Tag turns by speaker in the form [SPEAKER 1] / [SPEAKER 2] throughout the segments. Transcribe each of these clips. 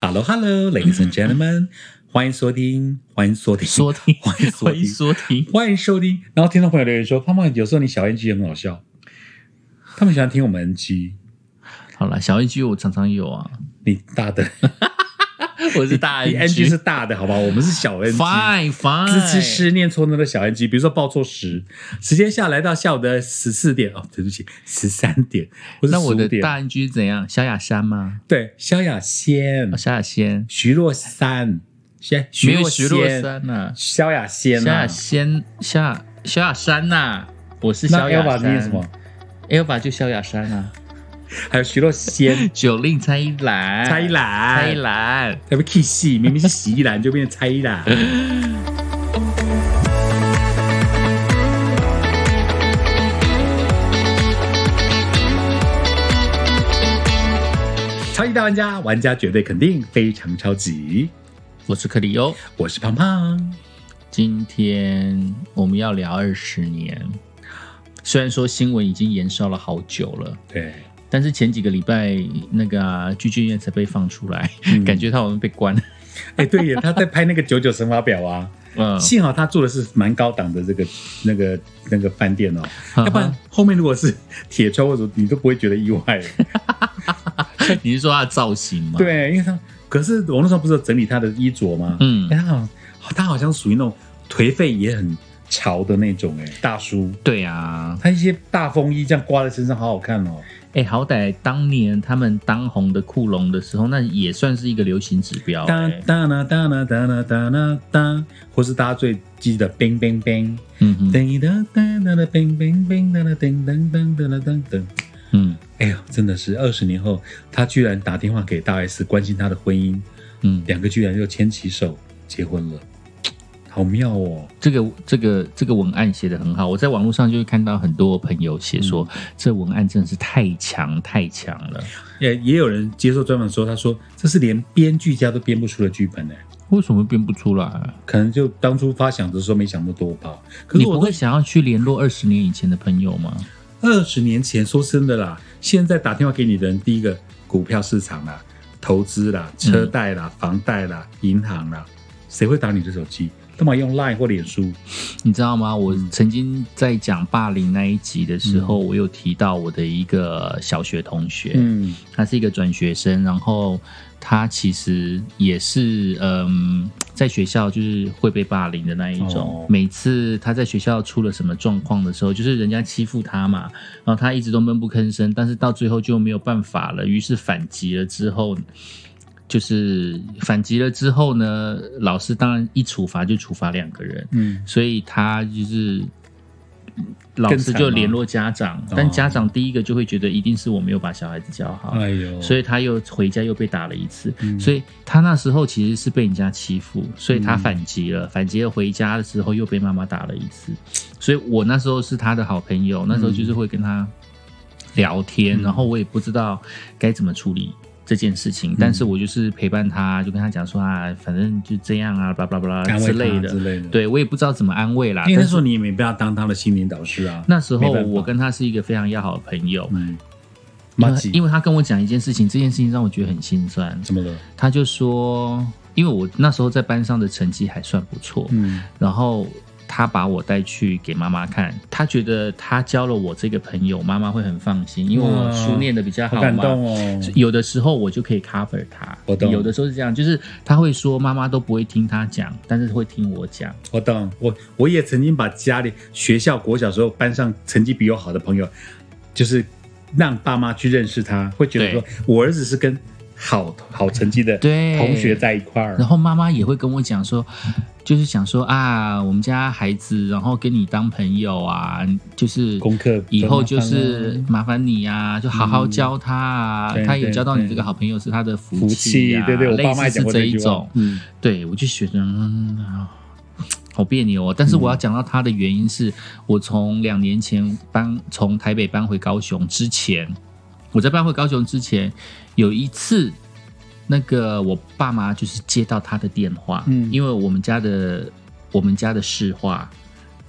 [SPEAKER 1] Hello Hello Ladies and Gentlemen，欢迎收听，欢迎收听，
[SPEAKER 2] 说听，
[SPEAKER 1] 欢 迎收
[SPEAKER 2] 欢迎
[SPEAKER 1] 听，
[SPEAKER 2] 说听，
[SPEAKER 1] 欢迎收听。然后听众朋友留言说，胖胖有时候你小 NG 也很好笑，他们喜欢听我们 NG，
[SPEAKER 2] 好了，小 NG 我常常有啊，
[SPEAKER 1] 你大的，
[SPEAKER 2] 我是大
[SPEAKER 1] 你 NG 是大的，好吧？我们是小 NG。
[SPEAKER 2] fine fine，
[SPEAKER 1] 支持失念错那的小 NG，比如说报错时，时间下来到下午的十四点哦，对不起，十三点或
[SPEAKER 2] 那我
[SPEAKER 1] 者
[SPEAKER 2] 的
[SPEAKER 1] 十点。
[SPEAKER 2] 大 NG 是怎样？萧亚轩吗？
[SPEAKER 1] 对，萧亚轩
[SPEAKER 2] 哦，萧亚轩，
[SPEAKER 1] 徐若珊，徐
[SPEAKER 2] 没
[SPEAKER 1] 徐
[SPEAKER 2] 有
[SPEAKER 1] 若
[SPEAKER 2] 徐若
[SPEAKER 1] 瑄
[SPEAKER 2] 瑄呐，
[SPEAKER 1] 萧亚轩
[SPEAKER 2] 萧
[SPEAKER 1] 啊
[SPEAKER 2] 亚，轩，萧亚萧亚山呐，我是
[SPEAKER 1] 那
[SPEAKER 2] 萧亚
[SPEAKER 1] Elva
[SPEAKER 2] 山，
[SPEAKER 1] 念什么？
[SPEAKER 2] ？Elva 就萧亚山啊，、
[SPEAKER 1] 还有徐若瑄
[SPEAKER 2] 九令蔡依兰，
[SPEAKER 1] 蔡依，兰、
[SPEAKER 2] 蔡依，兰，
[SPEAKER 1] 还不 K 系，明明是洗衣篮就变成蔡依兰。超级大玩家，玩家绝对肯定非常超级。
[SPEAKER 2] 我是克里欧。
[SPEAKER 1] 我是胖胖，
[SPEAKER 2] 今天我们要聊二十年，虽然说新闻已经延烧了好久了。
[SPEAKER 1] 对，
[SPEAKER 2] 但是前几个礼拜那个啊具俊晔才被放出来，
[SPEAKER 1] 嗯
[SPEAKER 2] 感觉他好像被关 了。
[SPEAKER 1] 哎、对耶，他在拍那个九九乘法表啊。
[SPEAKER 2] 嗯，
[SPEAKER 1] 幸好他住的是蛮高档的这个那个那个饭店哦，
[SPEAKER 2] 嗯哼
[SPEAKER 1] 要不 然后面如果是铁窗或者你都不会觉得意外。
[SPEAKER 2] 你是说他的造型吗？，
[SPEAKER 1] 对，因为他可是我那时候不是有整理他的衣着吗？
[SPEAKER 2] 嗯
[SPEAKER 1] 哎，他好他好像属于那种颓废也很潮的那种哎、大叔，
[SPEAKER 2] 对啊，
[SPEAKER 1] 他一些大风衣这样挂在身上，好好看哦。
[SPEAKER 2] 哎、好歹当年他们当红的酷龙的时候，那也算是一个流行指标、
[SPEAKER 1] 哒
[SPEAKER 2] 欸。
[SPEAKER 1] 哒啦哒啦哒啦哒啦哒，或是大家最记得 bang bang bang，
[SPEAKER 2] 嗯哼，
[SPEAKER 1] 噔哒哒哒哒 bang bang bang 哒哒噔噔噔噔噔噔噔。
[SPEAKER 2] 嗯
[SPEAKER 1] 哎呦，真的是二十年后，他居然打电话给大 S 关心他的婚姻，
[SPEAKER 2] 嗯，
[SPEAKER 1] 两个居然又牵起手结婚了，好妙哦！
[SPEAKER 2] 这个这个这个文案写的很好，我在网络上就会看到很多朋友写说，
[SPEAKER 1] 嗯
[SPEAKER 2] 这文案真的是太强太强了。
[SPEAKER 1] 也也有人接受专访说，他说这是连编剧家都编不出的剧本呢、
[SPEAKER 2] 为什么编不出来？
[SPEAKER 1] 可能就当初发想的时候没想那么多吧。可
[SPEAKER 2] 你
[SPEAKER 1] 是
[SPEAKER 2] 不
[SPEAKER 1] 我
[SPEAKER 2] 会想要去联络二十年以前的朋友吗？
[SPEAKER 1] 二十年前说真的啦，现在打电话给你的人，第一个股票市场啦、投资啦、车
[SPEAKER 2] 嗯
[SPEAKER 1] 贷啦、房贷啦、银行啦，谁会打你的手机？干嘛用 Line 或脸书？
[SPEAKER 2] 你知道吗？
[SPEAKER 1] 嗯
[SPEAKER 2] 我曾经在讲霸凌那一集的时候，我有提到我的一个小学同学，
[SPEAKER 1] 嗯
[SPEAKER 2] 他是一个转学生，然后他其实也是嗯，在学校就是会被霸凌的那一种。
[SPEAKER 1] 哦
[SPEAKER 2] 每次他在学校出了什么状况的时候，就是人家欺负他嘛，然后他一直都闷不吭声，但是到最后就没有办法了，于是反击了之后。就是反击了之后呢，老师当然一处罚就处罚两个人，
[SPEAKER 1] 嗯，
[SPEAKER 2] 所以他就是老师就联络家长，
[SPEAKER 1] 哦
[SPEAKER 2] 但家长第一个就会觉得一定是我没有把小孩子教好，
[SPEAKER 1] 哎呦，
[SPEAKER 2] 所
[SPEAKER 1] 以
[SPEAKER 2] 以他又回家又被打了一次，
[SPEAKER 1] 嗯
[SPEAKER 2] 所以他那时候其实是被人家欺负，所以他反击
[SPEAKER 1] 嗯
[SPEAKER 2] 了，反击了回家的时候又被妈妈打了一次，所以我那时候是他的好朋友，那时候就是会跟他聊天，
[SPEAKER 1] 嗯
[SPEAKER 2] 然后我也不知道该怎么处理。这件事情，
[SPEAKER 1] 嗯
[SPEAKER 2] 但是我就是陪伴他，就跟他讲说啊，反正就这样啊，巴拉巴拉巴拉
[SPEAKER 1] 安慰
[SPEAKER 2] 之
[SPEAKER 1] 他
[SPEAKER 2] 类的
[SPEAKER 1] 之，类的，
[SPEAKER 2] 对我也不知道怎么安慰啦。
[SPEAKER 1] 嗯因为
[SPEAKER 2] 但
[SPEAKER 1] 那
[SPEAKER 2] 是
[SPEAKER 1] 时候你也没办法当他的心灵导师啊。
[SPEAKER 2] 那时候
[SPEAKER 1] 没办法
[SPEAKER 2] 我跟他是一个非常要好的朋友，
[SPEAKER 1] 嗯，马吉，
[SPEAKER 2] 因为他跟我讲一件事情，这件事情让我觉得很心酸。
[SPEAKER 1] 怎么了？
[SPEAKER 2] 他就说，因为我那时候在班上的成绩还算不错，
[SPEAKER 1] 嗯
[SPEAKER 2] 然后他把我带去给妈妈看，他觉得他交了我这个朋友，妈妈会很放心，因为我
[SPEAKER 1] 哇
[SPEAKER 2] 书念的比较
[SPEAKER 1] 好
[SPEAKER 2] 好
[SPEAKER 1] 感
[SPEAKER 2] 嘛。
[SPEAKER 1] 动哦。
[SPEAKER 2] 有的时候我就可以 cover 他
[SPEAKER 1] 我，懂
[SPEAKER 2] 有的时候是这样，就是他会说妈妈都不会听他讲，但是会听我讲。
[SPEAKER 1] 我懂，我我也曾经把家里、学校、国小时候班上成绩比我好的朋友，就是让爸妈去认识他，会觉得说我儿子是跟好好成绩的
[SPEAKER 2] 对
[SPEAKER 1] 同学在一块儿
[SPEAKER 2] 然。后妈妈也会跟我讲说，就是想说啊，我们家孩子，然后跟你当朋友啊，就是
[SPEAKER 1] 功课
[SPEAKER 2] 以后
[SPEAKER 1] 啊
[SPEAKER 2] 就是麻烦你啊，就好好教他啊，
[SPEAKER 1] 嗯对
[SPEAKER 2] 他也
[SPEAKER 1] 对
[SPEAKER 2] 交到你
[SPEAKER 1] 对
[SPEAKER 2] 这个好朋友是他的
[SPEAKER 1] 福
[SPEAKER 2] 气
[SPEAKER 1] 气
[SPEAKER 2] 啊，，
[SPEAKER 1] 对对，我爸
[SPEAKER 2] 类
[SPEAKER 1] 妈也
[SPEAKER 2] 似
[SPEAKER 1] 讲
[SPEAKER 2] 是
[SPEAKER 1] 过
[SPEAKER 2] 这
[SPEAKER 1] 这
[SPEAKER 2] 一
[SPEAKER 1] 句话
[SPEAKER 2] 种。，
[SPEAKER 1] 嗯，
[SPEAKER 2] 对我就觉得。嗯啊好别扭哦，但是我要讲到他的原因是，我从两年前搬从台北搬回高雄之前，我在搬回高雄之前，有一次，那个我爸妈就是接到他的电话，
[SPEAKER 1] 嗯
[SPEAKER 2] 因为我们家的我们家的市话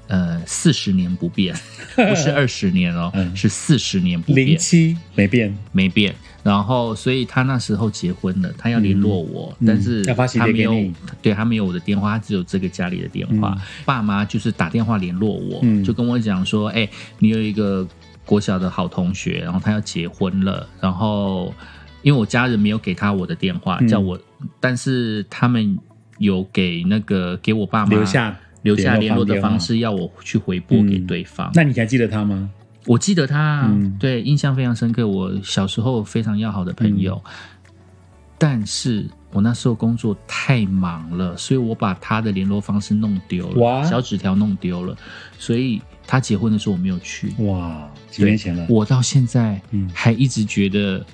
[SPEAKER 2] 呃四十年不 变，不是二十年哦，
[SPEAKER 1] 嗯
[SPEAKER 2] 是四十年不
[SPEAKER 1] 零
[SPEAKER 2] 变，
[SPEAKER 1] 七没变，
[SPEAKER 2] 没变。然后，所以他那时候结婚了，他要联络我，
[SPEAKER 1] 嗯
[SPEAKER 2] 但是
[SPEAKER 1] 要发喜帖
[SPEAKER 2] 他没有
[SPEAKER 1] 给你，
[SPEAKER 2] 对他没有我的电话，他只有这个家里的电话。爸妈就是打电话联络我，
[SPEAKER 1] 嗯
[SPEAKER 2] 就跟我讲说，哎、你有一个国小的好同学，然后他要结婚了，然后因为我家人没有给他我的电话，
[SPEAKER 1] 嗯
[SPEAKER 2] 叫我，但是他们有给那个给我爸妈
[SPEAKER 1] 留下
[SPEAKER 2] 留下联络的
[SPEAKER 1] 方
[SPEAKER 2] 方
[SPEAKER 1] 式。
[SPEAKER 2] 式，要我去回拨给
[SPEAKER 1] 嗯
[SPEAKER 2] 对方。
[SPEAKER 1] 那你还记得他吗？
[SPEAKER 2] 我记得他，
[SPEAKER 1] 嗯
[SPEAKER 2] 对，印象非常深刻。我小时候非常要好的朋友，
[SPEAKER 1] 嗯
[SPEAKER 2] 但是我那时候工作太忙了，所以我把他的联络方式弄丢
[SPEAKER 1] 哇
[SPEAKER 2] 了，小纸条弄丢了，所以他结婚的时候我没有去。
[SPEAKER 1] 嗯哇，几年前了，
[SPEAKER 2] 我到现在
[SPEAKER 1] 嗯
[SPEAKER 2] 还一直觉得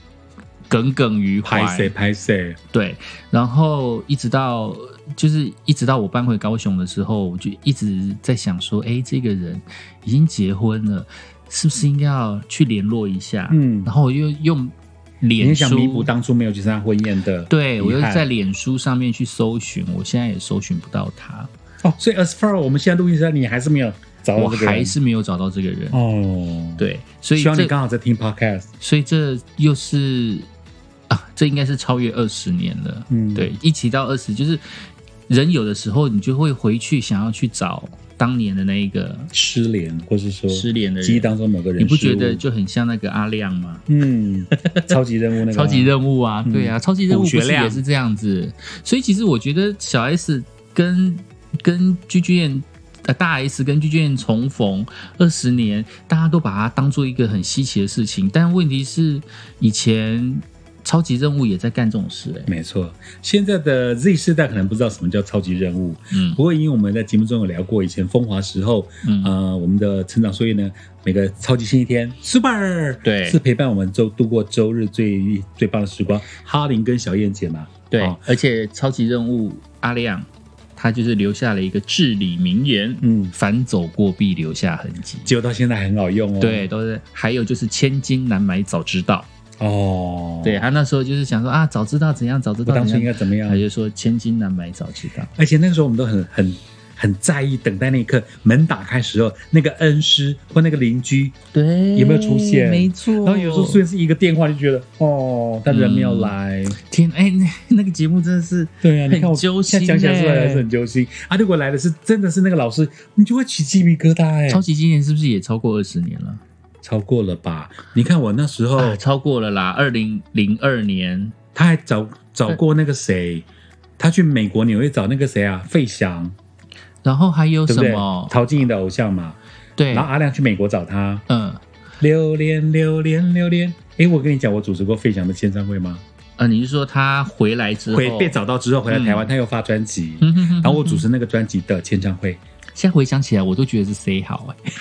[SPEAKER 2] 耿耿于
[SPEAKER 1] 拍谁
[SPEAKER 2] 怀，
[SPEAKER 1] 拍谁，
[SPEAKER 2] 对，然后一直到就是一直到我搬回高雄的时候，我就一直在想说，哎，这个人已经结婚了，是不是应该要去联络一下？
[SPEAKER 1] 嗯
[SPEAKER 2] 然后我又用
[SPEAKER 1] 你
[SPEAKER 2] 脸
[SPEAKER 1] 想
[SPEAKER 2] 书
[SPEAKER 1] 弥补当初没有去参加婚宴的遗憾，
[SPEAKER 2] 对我又在脸书上面去搜寻，我现在也搜寻不到他，
[SPEAKER 1] 哦，所以 as far 我们现在录音时，你还是没有找
[SPEAKER 2] 我
[SPEAKER 1] 到这个人，
[SPEAKER 2] 还是没有找到这个人。
[SPEAKER 1] 哦，，
[SPEAKER 2] 对，所以
[SPEAKER 1] 希望你
[SPEAKER 2] 这
[SPEAKER 1] 刚好在听 podcast，
[SPEAKER 2] 所以这又是啊，这应该是超越二十年了。
[SPEAKER 1] 嗯
[SPEAKER 2] 对，一起到二十，就是人有的时候你就会回去想要去找当年的那一个
[SPEAKER 1] 失联，或是说
[SPEAKER 2] 失联的人
[SPEAKER 1] 记忆当中某个人，
[SPEAKER 2] 你不觉得？就很像那个阿亮吗？
[SPEAKER 1] 嗯，超级任务那个吗，
[SPEAKER 2] 超级任务啊，对啊，超级任务
[SPEAKER 1] 武
[SPEAKER 2] 不
[SPEAKER 1] 学
[SPEAKER 2] 是
[SPEAKER 1] 亮
[SPEAKER 2] 也是这样子？所以其实我觉得小 S 跟跟居居燕。呃，大 S 跟居居燕重逢二十年，大家都把它当做一个很稀奇的事情。但问题是，以前超级任务也在干这种事、欸，
[SPEAKER 1] 没错，现在的 Z 世代可能不知道什么叫超级任务，
[SPEAKER 2] 嗯
[SPEAKER 1] 不过因为我们在节目中有聊过，以前风华时候，
[SPEAKER 2] 嗯
[SPEAKER 1] 呃，我们的成长岁月呢，每个超级星期天，super，
[SPEAKER 2] 对
[SPEAKER 1] 是陪伴我们周度过周日最最棒的时光。哈林跟小燕姐嘛，
[SPEAKER 2] 对，
[SPEAKER 1] 哦
[SPEAKER 2] 而且超级任务阿亮，他就是留下了一个至理名言，
[SPEAKER 1] 嗯，
[SPEAKER 2] 凡走过必留下痕迹。
[SPEAKER 1] 结果到现在还很好用哦。
[SPEAKER 2] 对，，都是还有就是千金难买早知道，
[SPEAKER 1] 哦，
[SPEAKER 2] 对，他那时候就是想说啊，早知道怎样，早知
[SPEAKER 1] 我
[SPEAKER 2] 道
[SPEAKER 1] 当初
[SPEAKER 2] 怎
[SPEAKER 1] 应
[SPEAKER 2] 样，
[SPEAKER 1] 该怎么样
[SPEAKER 2] 他？就说千金难买早知道。
[SPEAKER 1] 而且那个时候我们都很很很在意，等待那一刻门打开时候，那个恩师或那个邻居，
[SPEAKER 2] 对，
[SPEAKER 1] 有没有出现
[SPEAKER 2] 没错。
[SPEAKER 1] 然后有时候虽然是一个电话，就觉得哦，他人没有来。
[SPEAKER 2] 天，哎、那那个节目真的是
[SPEAKER 1] 嗯对啊，你看我
[SPEAKER 2] 很揪心
[SPEAKER 1] 现在讲起来出来
[SPEAKER 2] 欸
[SPEAKER 1] 还是很揪心啊！如果来的是真的是那个老师，你就会起鸡皮疙瘩哎、
[SPEAKER 2] 超级经典，是不是也超过二十年了？
[SPEAKER 1] 超过了吧？你看我那时候，
[SPEAKER 2] 啊，超过了啦，二零零二年。
[SPEAKER 1] 他还找找过那个谁，他去美国纽约找那个谁啊，费翔，
[SPEAKER 2] 然后还有
[SPEAKER 1] 对
[SPEAKER 2] 什
[SPEAKER 1] 不对
[SPEAKER 2] 么？？
[SPEAKER 1] 陶晶莹的偶像嘛。
[SPEAKER 2] 对，
[SPEAKER 1] 然后阿亮去美国找他，
[SPEAKER 2] 嗯，
[SPEAKER 1] 榴莲榴莲榴莲。哎，我跟你讲，我主持过费翔的签唱会吗？
[SPEAKER 2] 呃，你是说他回来之后
[SPEAKER 1] 回 被找到之后回来台湾，
[SPEAKER 2] 嗯
[SPEAKER 1] 他又发专辑，
[SPEAKER 2] 嗯哼哼哼
[SPEAKER 1] 然后我主持那个专辑的签唱 会。
[SPEAKER 2] 现在回想起来，我都觉得是 C 好哎、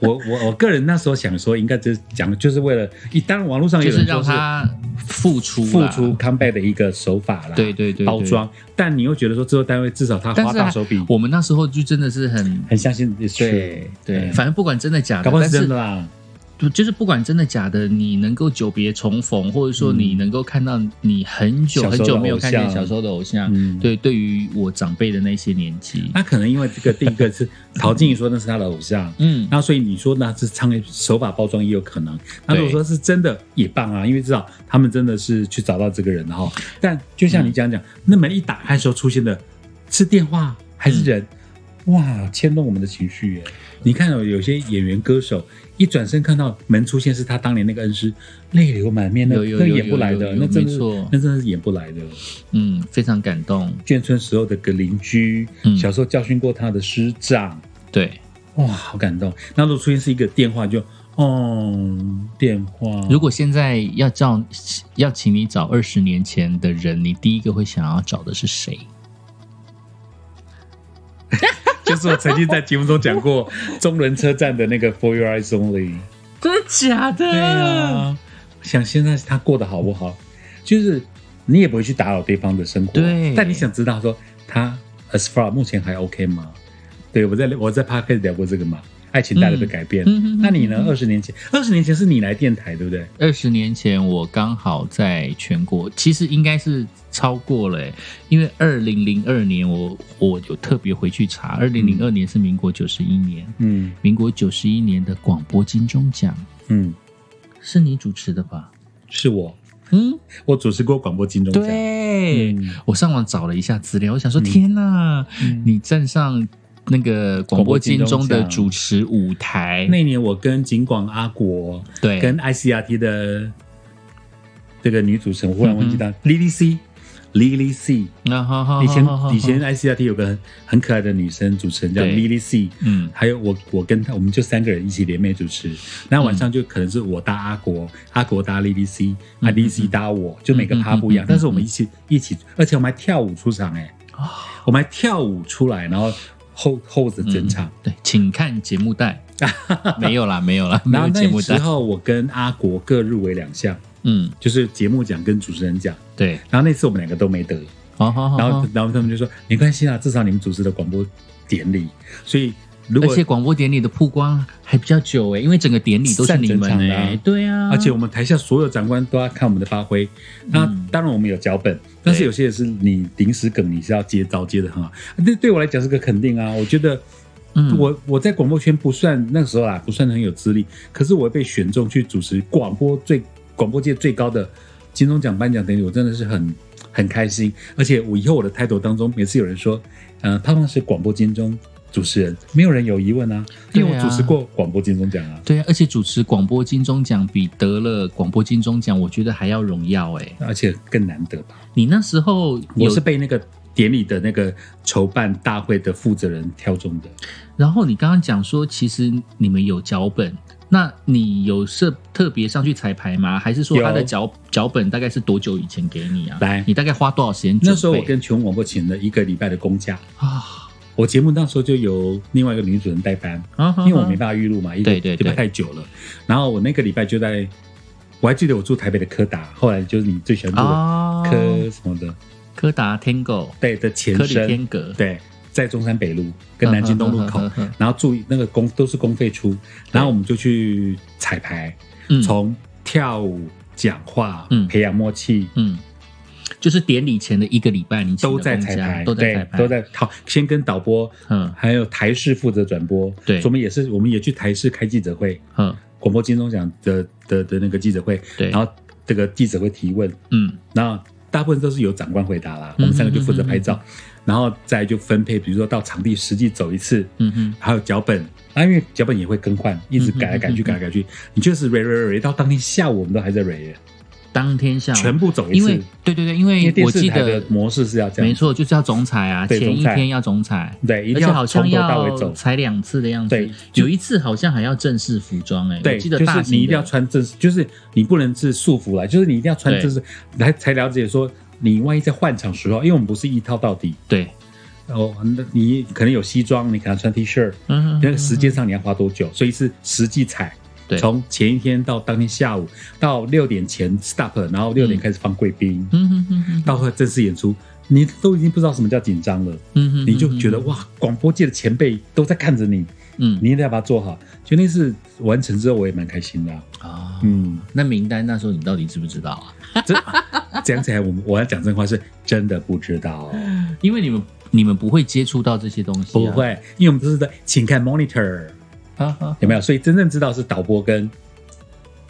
[SPEAKER 1] 我我我个人那时候想说，应该就是讲，就是为了，一当然网络上有
[SPEAKER 2] 就是
[SPEAKER 1] 人说
[SPEAKER 2] 让
[SPEAKER 1] 是
[SPEAKER 2] 他付出
[SPEAKER 1] 付
[SPEAKER 2] 啦
[SPEAKER 1] 出 comeback 的一个手法啦，
[SPEAKER 2] 对对对对
[SPEAKER 1] 包装。但你又觉得说制作单位至少他
[SPEAKER 2] 但
[SPEAKER 1] 花
[SPEAKER 2] 是啊
[SPEAKER 1] 大
[SPEAKER 2] 还
[SPEAKER 1] 手笔，
[SPEAKER 2] 我们那时候就真的是很
[SPEAKER 1] 很相信 it's true
[SPEAKER 2] 对对，反正不管真的假的，
[SPEAKER 1] 搞不好
[SPEAKER 2] 但
[SPEAKER 1] 是真的
[SPEAKER 2] 是
[SPEAKER 1] 啦。
[SPEAKER 2] 就是不管真的假的，你能够久别重逢，或者说
[SPEAKER 1] 嗯
[SPEAKER 2] 你能够看到你很久
[SPEAKER 1] 小时候的
[SPEAKER 2] 很久没有看
[SPEAKER 1] 偶
[SPEAKER 2] 见
[SPEAKER 1] 像
[SPEAKER 2] 小时候的偶像，
[SPEAKER 1] 嗯啊
[SPEAKER 2] 对，对于我长辈的那些年纪，
[SPEAKER 1] 那可能因为这个第一个是陶晶莹说那是他的偶像，
[SPEAKER 2] 嗯，
[SPEAKER 1] 那所以你说那是商业手法包装也有可能。那如果
[SPEAKER 2] 对
[SPEAKER 1] 说是真的也棒啊，因为至少他们真的是去找到这个人了哈。但就像你讲讲，那门一打开的时候出现的是电话还是人，
[SPEAKER 2] 嗯
[SPEAKER 1] 哇，牵动我们的情绪耶。你看哦，有些演员歌手一转身看到门出现是他当年那个恩师，泪流满面，那
[SPEAKER 2] 有有
[SPEAKER 1] 那
[SPEAKER 2] 有
[SPEAKER 1] 演不来
[SPEAKER 2] 有
[SPEAKER 1] 的，
[SPEAKER 2] 有有
[SPEAKER 1] 那真的
[SPEAKER 2] 没
[SPEAKER 1] 是
[SPEAKER 2] 错
[SPEAKER 1] 那真的是演不来的。
[SPEAKER 2] 嗯，非常感动，
[SPEAKER 1] 眷村时候的个邻居，
[SPEAKER 2] 嗯
[SPEAKER 1] 小时候教训过他的师长，
[SPEAKER 2] 对。
[SPEAKER 1] 哇，好感动。那如果出现是一个电话就，哦，电话。
[SPEAKER 2] 如果现在要叫要请你找二十年前的人，你第一个会想要找的是谁？
[SPEAKER 1] 就是我曾经在节目中讲过中仑车站的那个 For Your Eyes Only。
[SPEAKER 2] 真的假的？
[SPEAKER 1] 对啊，想现在他过得好不好，就是你也不会去打扰对方的生活，
[SPEAKER 2] 对
[SPEAKER 1] 但你想知道说他 as far 目前还 OK 吗？对我在我在 p a r k 聊过这个嘛，爱情带来的改变。
[SPEAKER 2] 嗯嗯
[SPEAKER 1] 那你呢？二十年前，二十年前是你来电台对不对？
[SPEAKER 2] 二十年前我刚好在全国，其实应该是超过了、欸，因为二零零二年我我有特别回去查，二零零二年是民国九十一年，
[SPEAKER 1] 嗯
[SPEAKER 2] 民国九十一年的广播金钟奖
[SPEAKER 1] 嗯，
[SPEAKER 2] 是你主持的吧？
[SPEAKER 1] 是我，
[SPEAKER 2] 嗯，
[SPEAKER 1] 我主持过广播金钟奖。
[SPEAKER 2] 对，
[SPEAKER 1] 嗯
[SPEAKER 2] 我上网找了一下资料，我想说，天哪，
[SPEAKER 1] 嗯
[SPEAKER 2] 你站上那个广播金钟的主持舞台，
[SPEAKER 1] 那年我跟景广阿国
[SPEAKER 2] 对，
[SPEAKER 1] 跟 ICRT 的这个女主持人，我忽然忘记
[SPEAKER 2] 嗯
[SPEAKER 1] 她 Lily C。Lily C，
[SPEAKER 2] 那好好，
[SPEAKER 1] 以前
[SPEAKER 2] 好好
[SPEAKER 1] 以前 ICRT 有个很很可爱的女生主持人叫
[SPEAKER 2] 哦对
[SPEAKER 1] Lily C，
[SPEAKER 2] 嗯
[SPEAKER 1] 还有我我跟她我们就三个人一起联袂主持，那晚上就可能是我搭阿国，阿国搭 Lily C，
[SPEAKER 2] 嗯
[SPEAKER 1] 啊 Lily C 搭我，就每个趴不一样
[SPEAKER 2] 嗯嗯嗯嗯，
[SPEAKER 1] 但是我们一起一起，而且我们还跳舞出场哎，
[SPEAKER 2] 啊，
[SPEAKER 1] 我们还跳舞出来，然后后后着整场。
[SPEAKER 2] 嗯对，请看节 目带，没有啦，没有啦，没
[SPEAKER 1] 然后
[SPEAKER 2] 有节目
[SPEAKER 1] 那时
[SPEAKER 2] 带，
[SPEAKER 1] 候我跟阿国各入围两项，
[SPEAKER 2] 嗯，
[SPEAKER 1] 就是节目奖跟主持人奖。
[SPEAKER 2] 对，
[SPEAKER 1] 然后那次我们两个都没
[SPEAKER 2] 嗯
[SPEAKER 1] 得，
[SPEAKER 2] 好好好，
[SPEAKER 1] 然后
[SPEAKER 2] 好
[SPEAKER 1] 然后他们就说没关系啦，至少你们主持的广播典礼，所以如
[SPEAKER 2] 而
[SPEAKER 1] 果
[SPEAKER 2] 且广播典礼的曝光还比较久哎、因为整个典礼都是你们
[SPEAKER 1] 占整场的
[SPEAKER 2] 哎、
[SPEAKER 1] 啊
[SPEAKER 2] 对啊，
[SPEAKER 1] 而且我们台下所有长官都要看我们的发挥。那
[SPEAKER 2] 嗯
[SPEAKER 1] 当然我们有脚本，但是有些也是你临时梗，你是要接招接的很好。那对我来讲是个肯定啊，我觉得。
[SPEAKER 2] 嗯
[SPEAKER 1] 我我在广播圈不算那时候啊，不算很有资历，可是我被选中去主持广播最广播界最高的金钟奖颁奖典礼，我真的是很很开心。而且我以后我的 title 当中，每次有人说，呃，胖胖是广播金钟主持人，没有人有疑问啊，因为我
[SPEAKER 2] 对啊
[SPEAKER 1] 主持过广播金钟奖啊，
[SPEAKER 2] 对啊，而且主持广播金钟奖比得了广播金钟奖，我觉得还要荣耀哎、
[SPEAKER 1] 而且更难得吧。
[SPEAKER 2] 你那时候
[SPEAKER 1] 我
[SPEAKER 2] 有
[SPEAKER 1] 是被那个典礼的那个筹办大会的负责人挑中的。
[SPEAKER 2] 然后你刚刚讲说，其实你们有脚本，那你有设特别上去彩排吗？还是说
[SPEAKER 1] 有
[SPEAKER 2] 他的脚脚本大概是多久以前给你啊？
[SPEAKER 1] 来
[SPEAKER 2] 你大概花多少时间准备？
[SPEAKER 1] 那时候我跟全国广播请了一个礼拜的公假，
[SPEAKER 2] 啊，
[SPEAKER 1] 我节目那时候就由另外一个女主持人代班。
[SPEAKER 2] 啊
[SPEAKER 1] 因为我没办法预录嘛，一个
[SPEAKER 2] 对对对
[SPEAKER 1] 礼拜太久了。然后我那个礼拜就在，我还记得我住台北的科达，后来就是你最喜欢住的
[SPEAKER 2] 啊，
[SPEAKER 1] 科什么的，
[SPEAKER 2] 柯达 Tango
[SPEAKER 1] 对的前
[SPEAKER 2] 科里
[SPEAKER 1] 身，
[SPEAKER 2] 天阁
[SPEAKER 1] 对，在中山北路跟南京东路口
[SPEAKER 2] 嗯嗯嗯嗯嗯，
[SPEAKER 1] 然后住那个公都是公费出，然后我们就去彩排，
[SPEAKER 2] 嗯
[SPEAKER 1] 从跳舞、讲话
[SPEAKER 2] 嗯、
[SPEAKER 1] 培养默契。
[SPEAKER 2] 嗯，就是典礼前的一个礼拜，你请
[SPEAKER 1] 都
[SPEAKER 2] 的
[SPEAKER 1] 在
[SPEAKER 2] 公
[SPEAKER 1] 彩
[SPEAKER 2] 假
[SPEAKER 1] 排，
[SPEAKER 2] 都在
[SPEAKER 1] 对
[SPEAKER 2] 彩排，
[SPEAKER 1] 都在好，先跟导播，
[SPEAKER 2] 嗯
[SPEAKER 1] 还有台视负责转播，
[SPEAKER 2] 对
[SPEAKER 1] 所以我们也是，我们也去台视开记者会，
[SPEAKER 2] 嗯
[SPEAKER 1] 广播金钟奖的的的那个记者会，
[SPEAKER 2] 对，
[SPEAKER 1] 然后这个记者会提问，
[SPEAKER 2] 嗯
[SPEAKER 1] 然后大部分都是由长官回答啦，
[SPEAKER 2] 嗯
[SPEAKER 1] 我们三个就负责拍照，然后再就分配，比如说到场地实际走一次，
[SPEAKER 2] 嗯哼
[SPEAKER 1] 还有脚本，啊，因为脚本也会更换，一直改来改去，
[SPEAKER 2] 嗯嗯嗯嗯
[SPEAKER 1] 改来改去，你就是 re re re 到当天下午我们都还在 re，
[SPEAKER 2] 当天下午
[SPEAKER 1] 全部走一
[SPEAKER 2] 嗯因
[SPEAKER 1] 次
[SPEAKER 2] 为，对对对，因
[SPEAKER 1] 因为
[SPEAKER 2] 为
[SPEAKER 1] 电
[SPEAKER 2] 我
[SPEAKER 1] 视
[SPEAKER 2] 记
[SPEAKER 1] 台的
[SPEAKER 2] 得
[SPEAKER 1] 模式是要这
[SPEAKER 2] 没
[SPEAKER 1] 样，
[SPEAKER 2] 错，就是要总裁啊，
[SPEAKER 1] 对
[SPEAKER 2] 前一
[SPEAKER 1] 总裁
[SPEAKER 2] 天要总裁，
[SPEAKER 1] 对，一定
[SPEAKER 2] 而且
[SPEAKER 1] 要
[SPEAKER 2] 好
[SPEAKER 1] 从
[SPEAKER 2] 像
[SPEAKER 1] 头到尾
[SPEAKER 2] 要
[SPEAKER 1] 走。
[SPEAKER 2] 裁两次的样子。
[SPEAKER 1] 对
[SPEAKER 2] 有一次好像还要正式服装哎、欸，
[SPEAKER 1] 对，
[SPEAKER 2] 我记得
[SPEAKER 1] 就
[SPEAKER 2] 大
[SPEAKER 1] 是
[SPEAKER 2] 型的
[SPEAKER 1] 你一定要穿正式，就是你不能是束缚来，就是你一定要穿正式来才了解说，你万一在换场时候，因为我们不是一套到底，
[SPEAKER 2] 对，
[SPEAKER 1] 哦，那你可能有西装，你可能穿 T 恤，
[SPEAKER 2] 嗯
[SPEAKER 1] 那个时间上你要花多久？所以是实际踩
[SPEAKER 2] 对，
[SPEAKER 1] 从前一天到当天下午，到六点前 stop，然后六点开始放贵宾，
[SPEAKER 2] 嗯哼哼哼，
[SPEAKER 1] 到会正式演出，你都已经不知道什么叫紧张了，
[SPEAKER 2] 嗯哼，
[SPEAKER 1] 你就觉得哇，广播界的前辈都在看着你，
[SPEAKER 2] 嗯
[SPEAKER 1] 你一定要把它做好。就那次完成之后，我也蛮开心的啊、
[SPEAKER 2] 啊、
[SPEAKER 1] 嗯，
[SPEAKER 2] 那名单那时候你到底知不知道啊？
[SPEAKER 1] 这嗯讲起来，我们我要讲真话，是真的不知 道。
[SPEAKER 2] 因为你们你们不会接触到这些东西、
[SPEAKER 1] 不，会，因为我们都是在请看 monitor，
[SPEAKER 2] 啊啊，
[SPEAKER 1] 有没有？所以真正知道是导播跟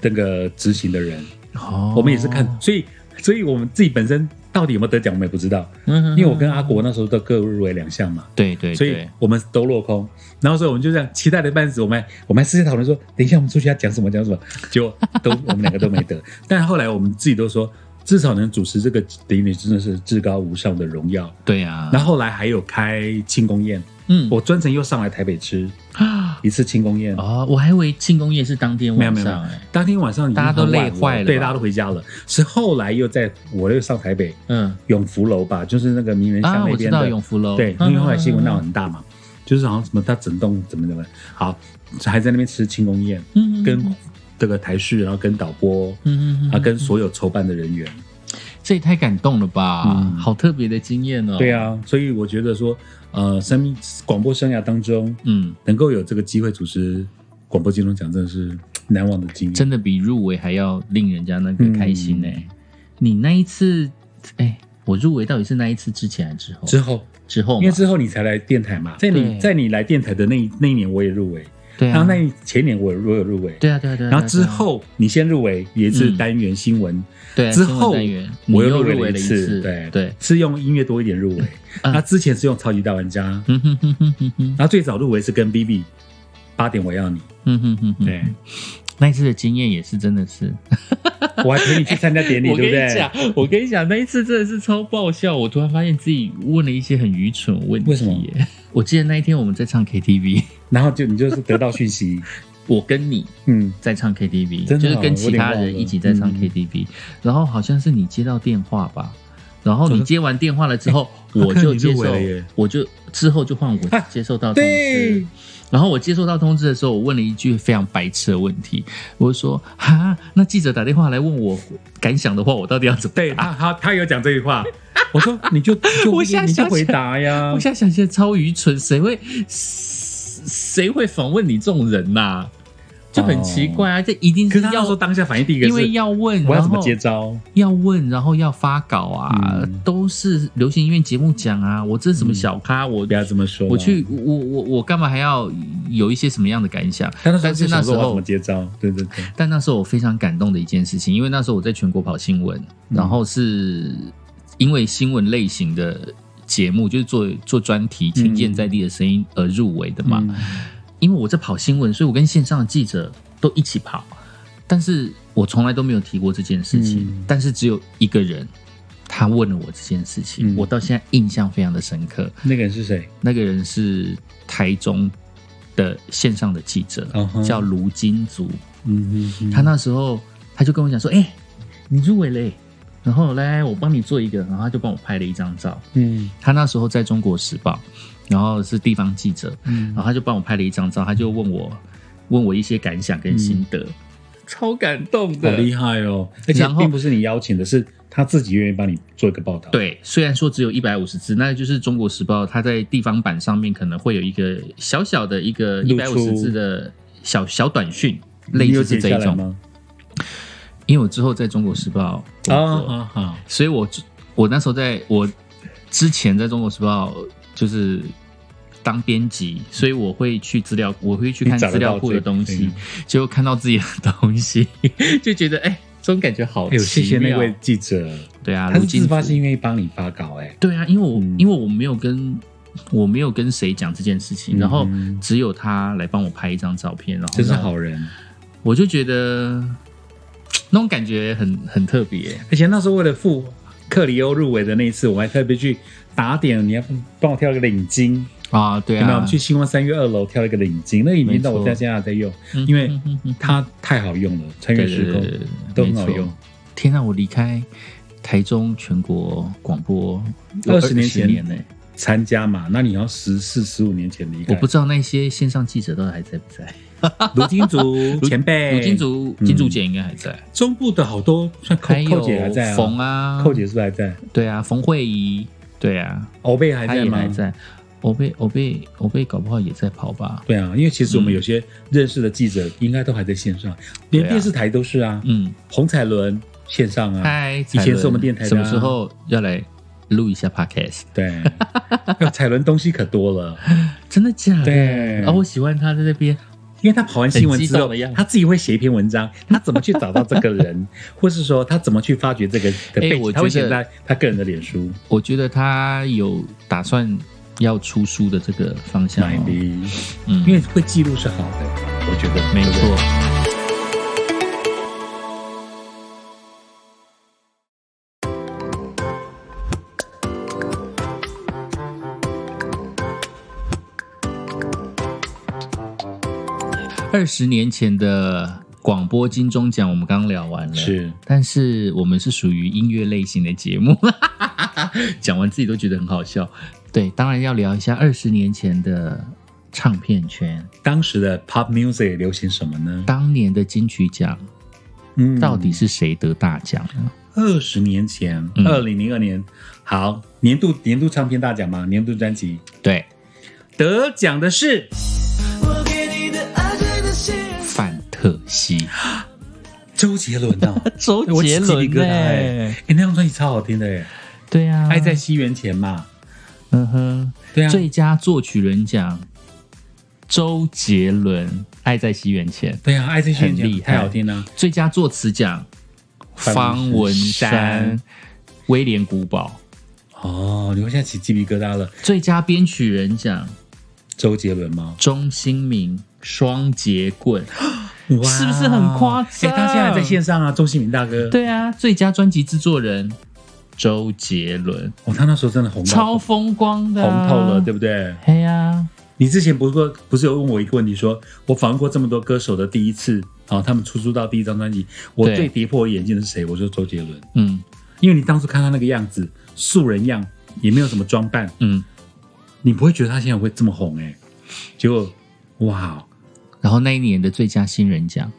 [SPEAKER 1] 那个执行的人，
[SPEAKER 2] 哦
[SPEAKER 1] 我们也是看，所以所以我们自己本身到底有没有得奖，我们也不知道，
[SPEAKER 2] 嗯哼哼
[SPEAKER 1] 因为我跟阿国那时候都各入围两项嘛，
[SPEAKER 2] 对对对，
[SPEAKER 1] 所以我们都落空。然后所以我们就这样期待的半死，我们还我们还私下讨论说，等一下我们出去要讲什么讲 什么，结果都我们两个都没得。 但后来我们自己都说，至少能主持这个典礼真的是至高无上的荣耀。
[SPEAKER 2] 对啊，
[SPEAKER 1] 然
[SPEAKER 2] 后
[SPEAKER 1] 后后来还有开庆功宴，
[SPEAKER 2] 嗯
[SPEAKER 1] 我专程又上来台北吃
[SPEAKER 2] 啊
[SPEAKER 1] 一次庆功宴。
[SPEAKER 2] 哦，我还以为庆功宴是当天
[SPEAKER 1] 没有
[SPEAKER 2] 晚
[SPEAKER 1] 没有没
[SPEAKER 2] 上
[SPEAKER 1] 有
[SPEAKER 2] 哎、欸，
[SPEAKER 1] 当天晚上已经
[SPEAKER 2] 大家都
[SPEAKER 1] 很晚
[SPEAKER 2] 累坏了
[SPEAKER 1] 对，
[SPEAKER 2] 吧
[SPEAKER 1] 大家都回家了。是后来又在我又上台北
[SPEAKER 2] 嗯
[SPEAKER 1] 永福楼吧，就是那个名人
[SPEAKER 2] 啊，
[SPEAKER 1] 巷那
[SPEAKER 2] 我知
[SPEAKER 1] 边的。
[SPEAKER 2] 道永福楼，嗯
[SPEAKER 1] 对，因为后来新闻闹很大 嘛，就是好像什么他整栋怎么怎么好，还在那边吃庆功宴，
[SPEAKER 2] 嗯嗯嗯
[SPEAKER 1] 跟这个台视，然后跟导播，
[SPEAKER 2] 嗯嗯嗯
[SPEAKER 1] 啊，跟所有筹办的人员。
[SPEAKER 2] 这也太感动了吧！
[SPEAKER 1] 嗯
[SPEAKER 2] 好特别的经验哦。
[SPEAKER 1] 对，啊，所以我觉得说，呃，生命广播生涯当中，
[SPEAKER 2] 嗯，
[SPEAKER 1] 能够有这个机会主持广播金钟奖，真的是难忘的经验。
[SPEAKER 2] 真的
[SPEAKER 1] 嗯
[SPEAKER 2] 比入围还要令人家那个开心呢、你那一次，哎、我入围到底是那一次之前还是之后？
[SPEAKER 1] 之后，
[SPEAKER 2] 之后
[SPEAKER 1] 因为
[SPEAKER 2] 嘛，
[SPEAKER 1] 之后你才来电台嘛，在
[SPEAKER 2] 哦对
[SPEAKER 1] 你在你来电台的那一那一年我也入围，
[SPEAKER 2] 对
[SPEAKER 1] 然
[SPEAKER 2] 啊
[SPEAKER 1] 后，那一前年我我有入围，
[SPEAKER 2] 对啊，对啊，对啊。
[SPEAKER 1] 然后之
[SPEAKER 2] 对嗯啊
[SPEAKER 1] 后你先入围也是单元新闻，
[SPEAKER 2] 对啊
[SPEAKER 1] 之
[SPEAKER 2] 新闻
[SPEAKER 1] 后
[SPEAKER 2] 单元
[SPEAKER 1] 我又
[SPEAKER 2] 你又
[SPEAKER 1] 入
[SPEAKER 2] 围
[SPEAKER 1] 围
[SPEAKER 2] 了
[SPEAKER 1] 了
[SPEAKER 2] 一
[SPEAKER 1] 一
[SPEAKER 2] 次，
[SPEAKER 1] 次，对
[SPEAKER 2] 对，
[SPEAKER 1] 是用音乐多一点入围，
[SPEAKER 2] 啊
[SPEAKER 1] 那之前是用超级大玩家，
[SPEAKER 2] 嗯哼哼哼哼哼，
[SPEAKER 1] 然后最早入围是跟 B B 八点我要你，
[SPEAKER 2] 嗯哼哼哼，
[SPEAKER 1] 对，
[SPEAKER 2] 那一次的经验也是真的是，
[SPEAKER 1] 我还陪你去参加典礼，
[SPEAKER 2] 我跟
[SPEAKER 1] 对不对
[SPEAKER 2] 你讲？，我跟你讲，那一次真的是超爆笑。我突然发现自己问了一些很愚蠢的问题。
[SPEAKER 1] 为什么
[SPEAKER 2] 耶？ 我记得那一天我们在唱 KTV，
[SPEAKER 1] 然后就你就是得到讯息，
[SPEAKER 2] 我跟你
[SPEAKER 1] 嗯，
[SPEAKER 2] 在唱 KTV，
[SPEAKER 1] 真的哦
[SPEAKER 2] 就是跟
[SPEAKER 1] 我有
[SPEAKER 2] 其他
[SPEAKER 1] 点忘
[SPEAKER 2] 人
[SPEAKER 1] 了
[SPEAKER 2] 一起在唱
[SPEAKER 1] 嗯
[SPEAKER 2] KTV，、然后好像是你接到电话吧，然后你
[SPEAKER 1] 真的
[SPEAKER 2] 接完电话了之后，
[SPEAKER 1] 哎
[SPEAKER 2] 我就接
[SPEAKER 1] 我
[SPEAKER 2] 受
[SPEAKER 1] 看你入围了耶，啊
[SPEAKER 2] 我就之后就换我接受到通知
[SPEAKER 1] 对。
[SPEAKER 2] 然后我接收到通知的时候，我问了一句非常白痴的问题，我就说：“哈，那记者打电话来问我感想的话，我到底要怎么
[SPEAKER 1] 对他
[SPEAKER 2] 答
[SPEAKER 1] 他他有讲这句话，我说你就就
[SPEAKER 2] 我想
[SPEAKER 1] 你就
[SPEAKER 2] 想起来
[SPEAKER 1] 回答呀
[SPEAKER 2] 我，现在想起来超愚蠢，谁会谁会访问你这种人呐、就很奇怪啊！这一定
[SPEAKER 1] 哦可
[SPEAKER 2] 是
[SPEAKER 1] 是他那时候
[SPEAKER 2] 要
[SPEAKER 1] 当下反应第一个
[SPEAKER 2] 因为
[SPEAKER 1] 是
[SPEAKER 2] 要问，
[SPEAKER 1] 我要
[SPEAKER 2] 然
[SPEAKER 1] 怎么
[SPEAKER 2] 后
[SPEAKER 1] 接招？
[SPEAKER 2] 要问，然后要发稿啊，
[SPEAKER 1] 嗯
[SPEAKER 2] 都是流行音乐节目讲啊。我这是什么小咖，我
[SPEAKER 1] 不要这么说啊啦，
[SPEAKER 2] 我去我我我干嘛还要有一些什么样的感想？
[SPEAKER 1] 他那时候
[SPEAKER 2] 但是
[SPEAKER 1] 就
[SPEAKER 2] 那
[SPEAKER 1] 想
[SPEAKER 2] 时
[SPEAKER 1] 说我要
[SPEAKER 2] 候
[SPEAKER 1] 怎么接招？对对对，
[SPEAKER 2] 但那时候我非常感动的一件事情，因为那时候我在全国跑新闻，
[SPEAKER 1] 嗯
[SPEAKER 2] 然后是因为新闻类型的节目，就是做做专题“听见在地的声音”而入围的嘛。
[SPEAKER 1] 嗯
[SPEAKER 2] 因为我在跑新闻，所以我跟线上的记者都一起跑，但是我从来都没有提过这件事情。
[SPEAKER 1] 嗯
[SPEAKER 2] 但是只有一个人，他问了我这件事情，
[SPEAKER 1] 嗯
[SPEAKER 2] 我到现在印象非常的深刻。
[SPEAKER 1] 那个人是谁？
[SPEAKER 2] 那个人是台中的线上的记者
[SPEAKER 1] 嗯哼
[SPEAKER 2] 叫卢金竹。
[SPEAKER 1] 嗯嗯，
[SPEAKER 2] 他那时候他就跟我讲说：“哎、你入围嘞、然后来我帮你做一个，然后他就帮我拍了一张照。
[SPEAKER 1] 嗯
[SPEAKER 2] 他那时候在中国时报，然后是地方记者，
[SPEAKER 1] 嗯
[SPEAKER 2] 然后他就帮我拍了一张照，他就问我问我一些感想跟心得，嗯超感动
[SPEAKER 1] 好
[SPEAKER 2] 的。
[SPEAKER 1] 厉害哦！而且
[SPEAKER 2] 然后
[SPEAKER 1] 并不是你邀请的，是他自己愿意帮你做一个报道。，
[SPEAKER 2] 对，虽然说只有一百五十字，那就是《中国时报》它在地方版上面可能会有一个小小的一个一
[SPEAKER 1] 露
[SPEAKER 2] 百五
[SPEAKER 1] 出
[SPEAKER 2] 十字的小小短讯，类
[SPEAKER 1] 你有
[SPEAKER 2] 似是
[SPEAKER 1] 写
[SPEAKER 2] 这
[SPEAKER 1] 下
[SPEAKER 2] 一
[SPEAKER 1] 来
[SPEAKER 2] 种。
[SPEAKER 1] 吗？
[SPEAKER 2] 因为我之后在《中国时报》工作，
[SPEAKER 1] 好好，
[SPEAKER 2] 所以我之我那时候在我之前在中国时报就是当编辑，所以我会去资料，我会去看
[SPEAKER 1] 你找得
[SPEAKER 2] 资料库的
[SPEAKER 1] 到这
[SPEAKER 2] 东西，就看到自己的东西， 就觉得哎、这种感觉好
[SPEAKER 1] 哎呦，谢
[SPEAKER 2] 奇
[SPEAKER 1] 谢
[SPEAKER 2] 妙。
[SPEAKER 1] 那位记者，
[SPEAKER 2] 对啊，
[SPEAKER 1] 他
[SPEAKER 2] 卢
[SPEAKER 1] 是
[SPEAKER 2] 金
[SPEAKER 1] 自发
[SPEAKER 2] 福
[SPEAKER 1] 性愿意帮你发稿，哎，
[SPEAKER 2] 对啊，因为我、
[SPEAKER 1] 嗯
[SPEAKER 2] 因为我没有跟我没有跟谁讲这件事情，然后
[SPEAKER 1] 嗯哼
[SPEAKER 2] 只有他来帮我拍一张照片，然后
[SPEAKER 1] 真是
[SPEAKER 2] 让我
[SPEAKER 1] 好，人。
[SPEAKER 2] 我就觉得那种感觉很很特别、
[SPEAKER 1] 而且那时候为了赴克里欧入围的那一次，我还特别去打点，你要帮我挑个领巾，
[SPEAKER 2] 啊，对
[SPEAKER 1] 有没有？我
[SPEAKER 2] 啊
[SPEAKER 1] 们，去星光三月二楼挑了一个领巾，那个领
[SPEAKER 2] 没
[SPEAKER 1] 巾到
[SPEAKER 2] 错
[SPEAKER 1] 我到现在还在用，
[SPEAKER 2] 嗯
[SPEAKER 1] 因为
[SPEAKER 2] 嗯嗯嗯
[SPEAKER 1] 它太好用了，穿越时空
[SPEAKER 2] 对对对
[SPEAKER 1] 都很好。
[SPEAKER 2] 没
[SPEAKER 1] 用
[SPEAKER 2] 错。天啊，我离开台中全国广播
[SPEAKER 1] 20年前
[SPEAKER 2] 年呢、
[SPEAKER 1] 参加嘛，那你要十四、十五年前离开。
[SPEAKER 2] 我不知道那些线上记者都还在不在。
[SPEAKER 1] 卢金竹前辈，
[SPEAKER 2] 卢金竹、
[SPEAKER 1] 嗯
[SPEAKER 2] 金竹姐应该还在，
[SPEAKER 1] 中部的好多，像寇
[SPEAKER 2] 还有
[SPEAKER 1] 寇嗯姐还在
[SPEAKER 2] 冯
[SPEAKER 1] 啊，
[SPEAKER 2] 啊，
[SPEAKER 1] 寇姐是不是还在？
[SPEAKER 2] 对啊，冯慧仪，对啊，
[SPEAKER 1] 欧贝还
[SPEAKER 2] 她
[SPEAKER 1] 在
[SPEAKER 2] 也还
[SPEAKER 1] 吗？
[SPEAKER 2] 在。欧贝欧贝欧贝搞不好也在跑吧？
[SPEAKER 1] 对啊，因为其实我们有些认识的记者应该都还在线上，连
[SPEAKER 2] 嗯对啊
[SPEAKER 1] 电视台都是啊。
[SPEAKER 2] 嗯，
[SPEAKER 1] 洪彩伦线上啊，
[SPEAKER 2] 嗨，以
[SPEAKER 1] 前是我们电台的啊
[SPEAKER 2] 什么时候要来录一下 podcast？
[SPEAKER 1] 对， 那彩伦东西可多了，
[SPEAKER 2] 真的假的？
[SPEAKER 1] 对
[SPEAKER 2] 啊，我喜欢他在那边
[SPEAKER 1] 因为他跑完新闻之
[SPEAKER 2] 很激动
[SPEAKER 1] 后
[SPEAKER 2] 的样子，
[SPEAKER 1] 他自己会写一篇文章，他怎么去找到这个人， 或是说他怎么去发掘这个的背
[SPEAKER 2] 哎
[SPEAKER 1] 景，
[SPEAKER 2] 我
[SPEAKER 1] 他会
[SPEAKER 2] 觉得
[SPEAKER 1] 写在他个人的脸书。
[SPEAKER 2] 我觉得他有打算要出书的这个方向、
[SPEAKER 1] 买
[SPEAKER 2] 哦，
[SPEAKER 1] 的，
[SPEAKER 2] 嗯
[SPEAKER 1] 因为会记录是好的，我觉得
[SPEAKER 2] 没
[SPEAKER 1] 对不对
[SPEAKER 2] 错。二十年前的广播金钟奖，我们刚聊完了，
[SPEAKER 1] 是。
[SPEAKER 2] 但是我们是属于音乐类型的节目， 讲完自己都觉得很好笑。对，当然要聊一下二十年前的唱片圈，
[SPEAKER 1] 当时的 pop music 流行什么呢？
[SPEAKER 2] 当年的金曲奖
[SPEAKER 1] 嗯
[SPEAKER 2] 到底是谁得大奖呢？
[SPEAKER 1] 二十年前
[SPEAKER 2] 嗯，
[SPEAKER 1] 二零零二年，好，年度年度唱片大奖嘛，年度专辑
[SPEAKER 2] 对，
[SPEAKER 1] 得奖的是
[SPEAKER 3] 我给你的爱，真的心。
[SPEAKER 2] 范特西，
[SPEAKER 1] 周杰伦哦，
[SPEAKER 2] 周 欸
[SPEAKER 1] 我起鸡皮疙瘩哎，哎，那张专辑超好听的哎，
[SPEAKER 2] 对呀、
[SPEAKER 1] 爱在西元前嘛，
[SPEAKER 2] 嗯哼，
[SPEAKER 1] 对啊，
[SPEAKER 2] 最佳作曲人奖，周杰伦《爱在西元前》，
[SPEAKER 1] 对啊，爱在西元
[SPEAKER 2] 很
[SPEAKER 1] 前
[SPEAKER 2] 厉害
[SPEAKER 1] 太好听了，
[SPEAKER 2] 最佳作词奖，方
[SPEAKER 1] 方
[SPEAKER 2] 文
[SPEAKER 1] 文
[SPEAKER 2] 山
[SPEAKER 1] 山、
[SPEAKER 2] 威廉古堡，
[SPEAKER 1] 哦，你会现在起鸡皮疙瘩了，
[SPEAKER 2] 最佳编曲人奖，
[SPEAKER 1] 周杰伦吗？
[SPEAKER 2] 钟兴民、双节棍。
[SPEAKER 1] 哇
[SPEAKER 2] 是不是很夸张
[SPEAKER 1] 哎他现在还在线上啊，钟兴民大哥，，
[SPEAKER 2] 对啊，最佳专辑制作人周杰伦，
[SPEAKER 1] 哦，他那时候真的红到
[SPEAKER 2] 超风光的、
[SPEAKER 1] 红
[SPEAKER 2] 啊
[SPEAKER 1] 透了，对。不对？
[SPEAKER 2] 嘿呀、
[SPEAKER 1] 你之前不过不是有问我一个问题说，我访问过这么多歌手的第一次啊、哦他们出出道第一张专辑，我
[SPEAKER 2] 对
[SPEAKER 1] 最跌破我眼镜的是谁？我说周杰伦，
[SPEAKER 2] 嗯
[SPEAKER 1] 因为你当初看他那个样子，素人样，也没有什么装扮，
[SPEAKER 2] 嗯，
[SPEAKER 1] 你不会觉得他现在会这么红哎、结果哇，
[SPEAKER 2] 然后那一年的最佳新人奖，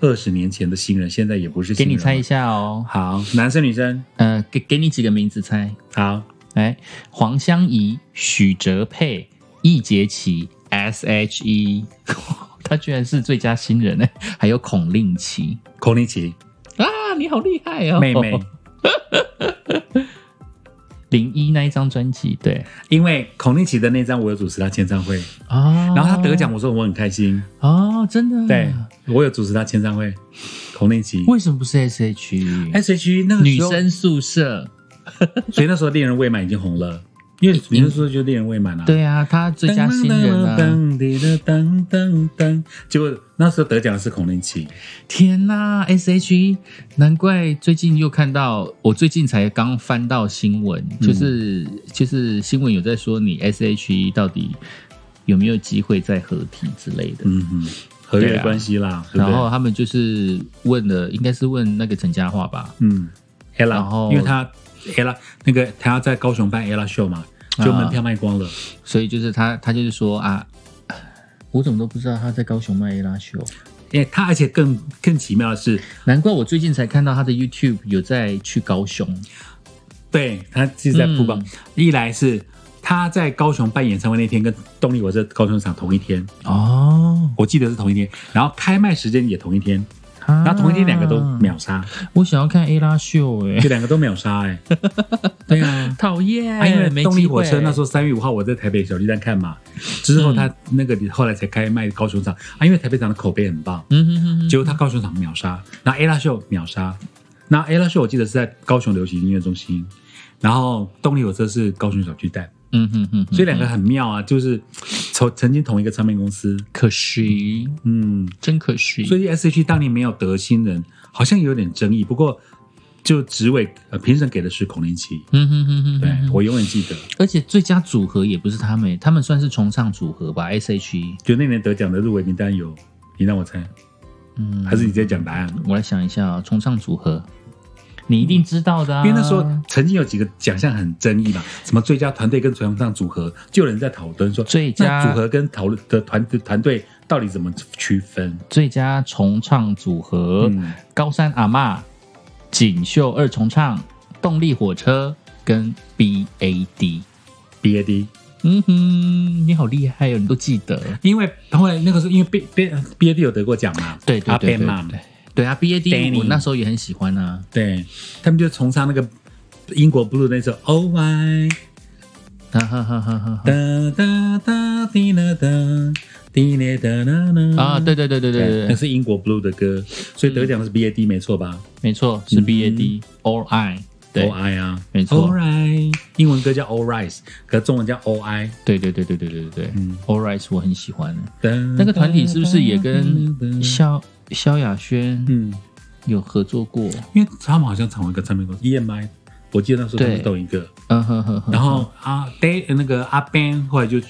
[SPEAKER 1] 二十年前的新人，现在也不是
[SPEAKER 2] 给
[SPEAKER 1] 新人
[SPEAKER 2] 你
[SPEAKER 1] 了
[SPEAKER 2] 猜一，下哦。
[SPEAKER 1] 好，男生女生，
[SPEAKER 2] 呃，给给你几个名字猜，
[SPEAKER 1] 好，
[SPEAKER 2] 来，黄湘怡、许哲佩、易杰奇、S.H.E，他 E 居然是最佳新人呢，还有孔令奇
[SPEAKER 1] 孔令奇
[SPEAKER 2] 啊，你好厉害哦，
[SPEAKER 1] 妹妹，
[SPEAKER 2] 零一那一张专辑，对
[SPEAKER 1] 因为孔令奇的那张我有主持他签唱会，
[SPEAKER 2] 啊，
[SPEAKER 1] 然后他得奖，我说我很开心，
[SPEAKER 2] 哦，真的，
[SPEAKER 1] 对我有主持他签唱会，孔令奇。
[SPEAKER 2] 为什么不是 S.H.E？
[SPEAKER 1] S H E 那个
[SPEAKER 2] 女
[SPEAKER 1] 时候
[SPEAKER 2] 生宿舍，
[SPEAKER 1] 所以那时候恋人未满已经红了，因为你那时候就恋人未满啊。，
[SPEAKER 2] 对啊，她最佳新人啊！
[SPEAKER 1] 噔噔噔噔噔，结果那时候得奖的是孔令奇，
[SPEAKER 2] 天呐 s h e 难怪最近又看到，我最近才刚翻到新闻，
[SPEAKER 1] 嗯
[SPEAKER 2] 就是、就是新闻有在说你 S.H.E 到底有没有机会再合体之类的。
[SPEAKER 1] 嗯哼，合
[SPEAKER 2] 对
[SPEAKER 1] 约
[SPEAKER 2] 啊
[SPEAKER 1] 关系啦，对不
[SPEAKER 2] 然
[SPEAKER 1] 对
[SPEAKER 2] 后他们就是问了，应该是问那个陈嘉桦吧？
[SPEAKER 1] 嗯
[SPEAKER 2] 然
[SPEAKER 1] ，ella，
[SPEAKER 2] 后
[SPEAKER 1] 因为他 ella 那个他要在高雄办 ella 秀嘛，
[SPEAKER 2] 啊
[SPEAKER 1] 就门票卖光了，
[SPEAKER 2] 所以就是他，他就是说啊，我怎么都不知道他在高雄卖 A 拉秀，
[SPEAKER 1] 因为他而且更更奇妙的是，
[SPEAKER 2] 难怪我最近才看到他的 YouTube 有在去高雄。
[SPEAKER 1] 对他其实在曝光
[SPEAKER 2] 嗯，
[SPEAKER 1] 一来是。他在高雄办演唱会那天，跟动力火车高雄场同一天，
[SPEAKER 2] 哦，
[SPEAKER 1] 我记得是同一天，然后开卖时间也同一天，然
[SPEAKER 2] 然
[SPEAKER 1] 后同一天两个都。秒杀，
[SPEAKER 2] 啊我想要看 A 拉秀、欸，
[SPEAKER 1] 这两个都秒杀 哎、对啊，
[SPEAKER 2] 讨厌
[SPEAKER 1] 啊因为动力火车那时候
[SPEAKER 2] 候，
[SPEAKER 1] 三月五号我在台北小巨蛋看嘛，之后他那个后来才开卖高雄场啊，因为台北场的口碑很棒，
[SPEAKER 2] 嗯哼哼哼，
[SPEAKER 1] 结果他高雄场秒杀，那 A 拉秀秒杀，那 A 拉秀我记得是在高雄流行音乐中心，然后动力火车是高雄小巨蛋，
[SPEAKER 2] 嗯哼哼哼，
[SPEAKER 1] 所以两个很妙啊，就是从曾经同一个唱片公司，
[SPEAKER 2] 可惜，
[SPEAKER 1] 嗯，
[SPEAKER 2] 真可惜。
[SPEAKER 1] 所
[SPEAKER 2] 以
[SPEAKER 1] 以 S H E 当年没有得新人，好像有点争议，不过就执委呃评审给的是孔令奇。
[SPEAKER 2] 嗯哼哼哼，
[SPEAKER 1] 对
[SPEAKER 2] 哼，
[SPEAKER 1] 我永远记得，
[SPEAKER 2] 而且最佳组合也不是他们，他们算是重唱组合吧，S.H.E。E
[SPEAKER 1] 就那年得奖的入围名单有，你让我猜，
[SPEAKER 2] 嗯，
[SPEAKER 1] 还是你直接讲答案？
[SPEAKER 2] 我来想一下啊、重唱组合，你一定知道的、啊，
[SPEAKER 1] 因为那时候曾经有几个奖项很争议嘛，什么最佳团队跟传唱组合，就有人在讨论说，
[SPEAKER 2] 最佳
[SPEAKER 1] 那组合跟讨论的团团队到底怎么区分？
[SPEAKER 2] 最佳重唱组合，
[SPEAKER 1] 嗯
[SPEAKER 2] 高山阿嬷、锦绣二重唱、动力火车跟 B.A.D。
[SPEAKER 1] B A D，
[SPEAKER 2] 嗯哼，你好厉害哦，你都记得。
[SPEAKER 1] 因为后来那个时候因为 B B B A D 有得过奖嘛，
[SPEAKER 2] 对对
[SPEAKER 1] 阿
[SPEAKER 2] 对
[SPEAKER 1] Ben
[SPEAKER 2] 对
[SPEAKER 1] 嘛，
[SPEAKER 2] 对，对啊，B A D
[SPEAKER 1] Danny
[SPEAKER 2] 我那时候也很喜欢啊。
[SPEAKER 1] 对他们就重唱那个英国 blue 那首 Oh My。
[SPEAKER 2] 哈啊哈哈哈哈
[SPEAKER 1] 哒
[SPEAKER 2] 哈！
[SPEAKER 1] 哒哒滴啦哒滴啦哒啦啦
[SPEAKER 2] 啊，对对对对对嗯对
[SPEAKER 1] 那
[SPEAKER 2] 对，
[SPEAKER 1] 是英国 Blue 的歌，所以得奖的是 B A D 没错吧
[SPEAKER 2] 没错，是 B A D All I。对
[SPEAKER 1] ？O 嗯 I 啊，
[SPEAKER 2] 没错
[SPEAKER 1] ，O I，英文歌叫 O Rise，可中文叫 O I。
[SPEAKER 2] 对对对对对对对对
[SPEAKER 1] 嗯
[SPEAKER 2] ，All Right 我很喜欢。
[SPEAKER 1] 那
[SPEAKER 2] 那个团体是不是也跟萧萧亚轩
[SPEAKER 1] 嗯，
[SPEAKER 2] 有合作过？
[SPEAKER 1] 因为他们好像唱一个唱片公司 E M I，我记得那时候他
[SPEAKER 2] 对
[SPEAKER 1] 们都有一个，
[SPEAKER 2] 嗯哼哼哼，
[SPEAKER 1] 然后啊 d a 那个阿 Ben 后来就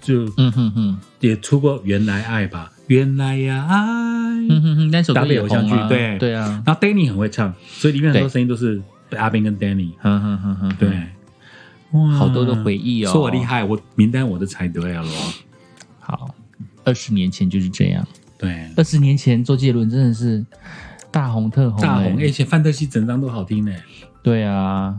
[SPEAKER 1] 就
[SPEAKER 2] 嗯哼哼
[SPEAKER 1] 也出过《原来爱》吧，《原来呀爱
[SPEAKER 2] 嗯》，哼哼，那首歌也
[SPEAKER 1] 搭配偶
[SPEAKER 2] 红啊，
[SPEAKER 1] 像剧对
[SPEAKER 2] 对啊，
[SPEAKER 1] 然后 Danny 很会唱，所以里面很多
[SPEAKER 2] 对
[SPEAKER 1] 声音都是阿 Ben 跟 Danny。
[SPEAKER 2] 哼哼哼哼，
[SPEAKER 1] 对，，哇
[SPEAKER 2] 嗯好多的回忆哦，
[SPEAKER 1] 嗯说我厉，害，我名单我都猜对了。
[SPEAKER 2] 好，二十年前就是这样，
[SPEAKER 1] 对，
[SPEAKER 2] 二十年前周杰伦真的是大红特红欸，
[SPEAKER 1] 大红，而哎且范特西整张都好听呢，
[SPEAKER 2] 对啊，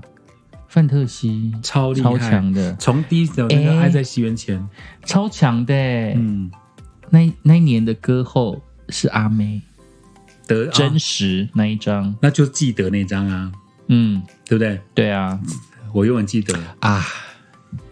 [SPEAKER 2] 范特西
[SPEAKER 1] 超厉害
[SPEAKER 2] 超强的，
[SPEAKER 1] 从第一首那个
[SPEAKER 2] 哎
[SPEAKER 1] 《爱在西元前》，
[SPEAKER 2] 超强的欸，
[SPEAKER 1] 嗯，
[SPEAKER 2] 那那一年的歌后是阿妹，
[SPEAKER 1] 得啊
[SPEAKER 2] 真实那一张，
[SPEAKER 1] 那就记得那张啊，
[SPEAKER 2] 嗯，
[SPEAKER 1] 对不对？
[SPEAKER 2] 对啊，
[SPEAKER 1] 我永远记得
[SPEAKER 2] 啊。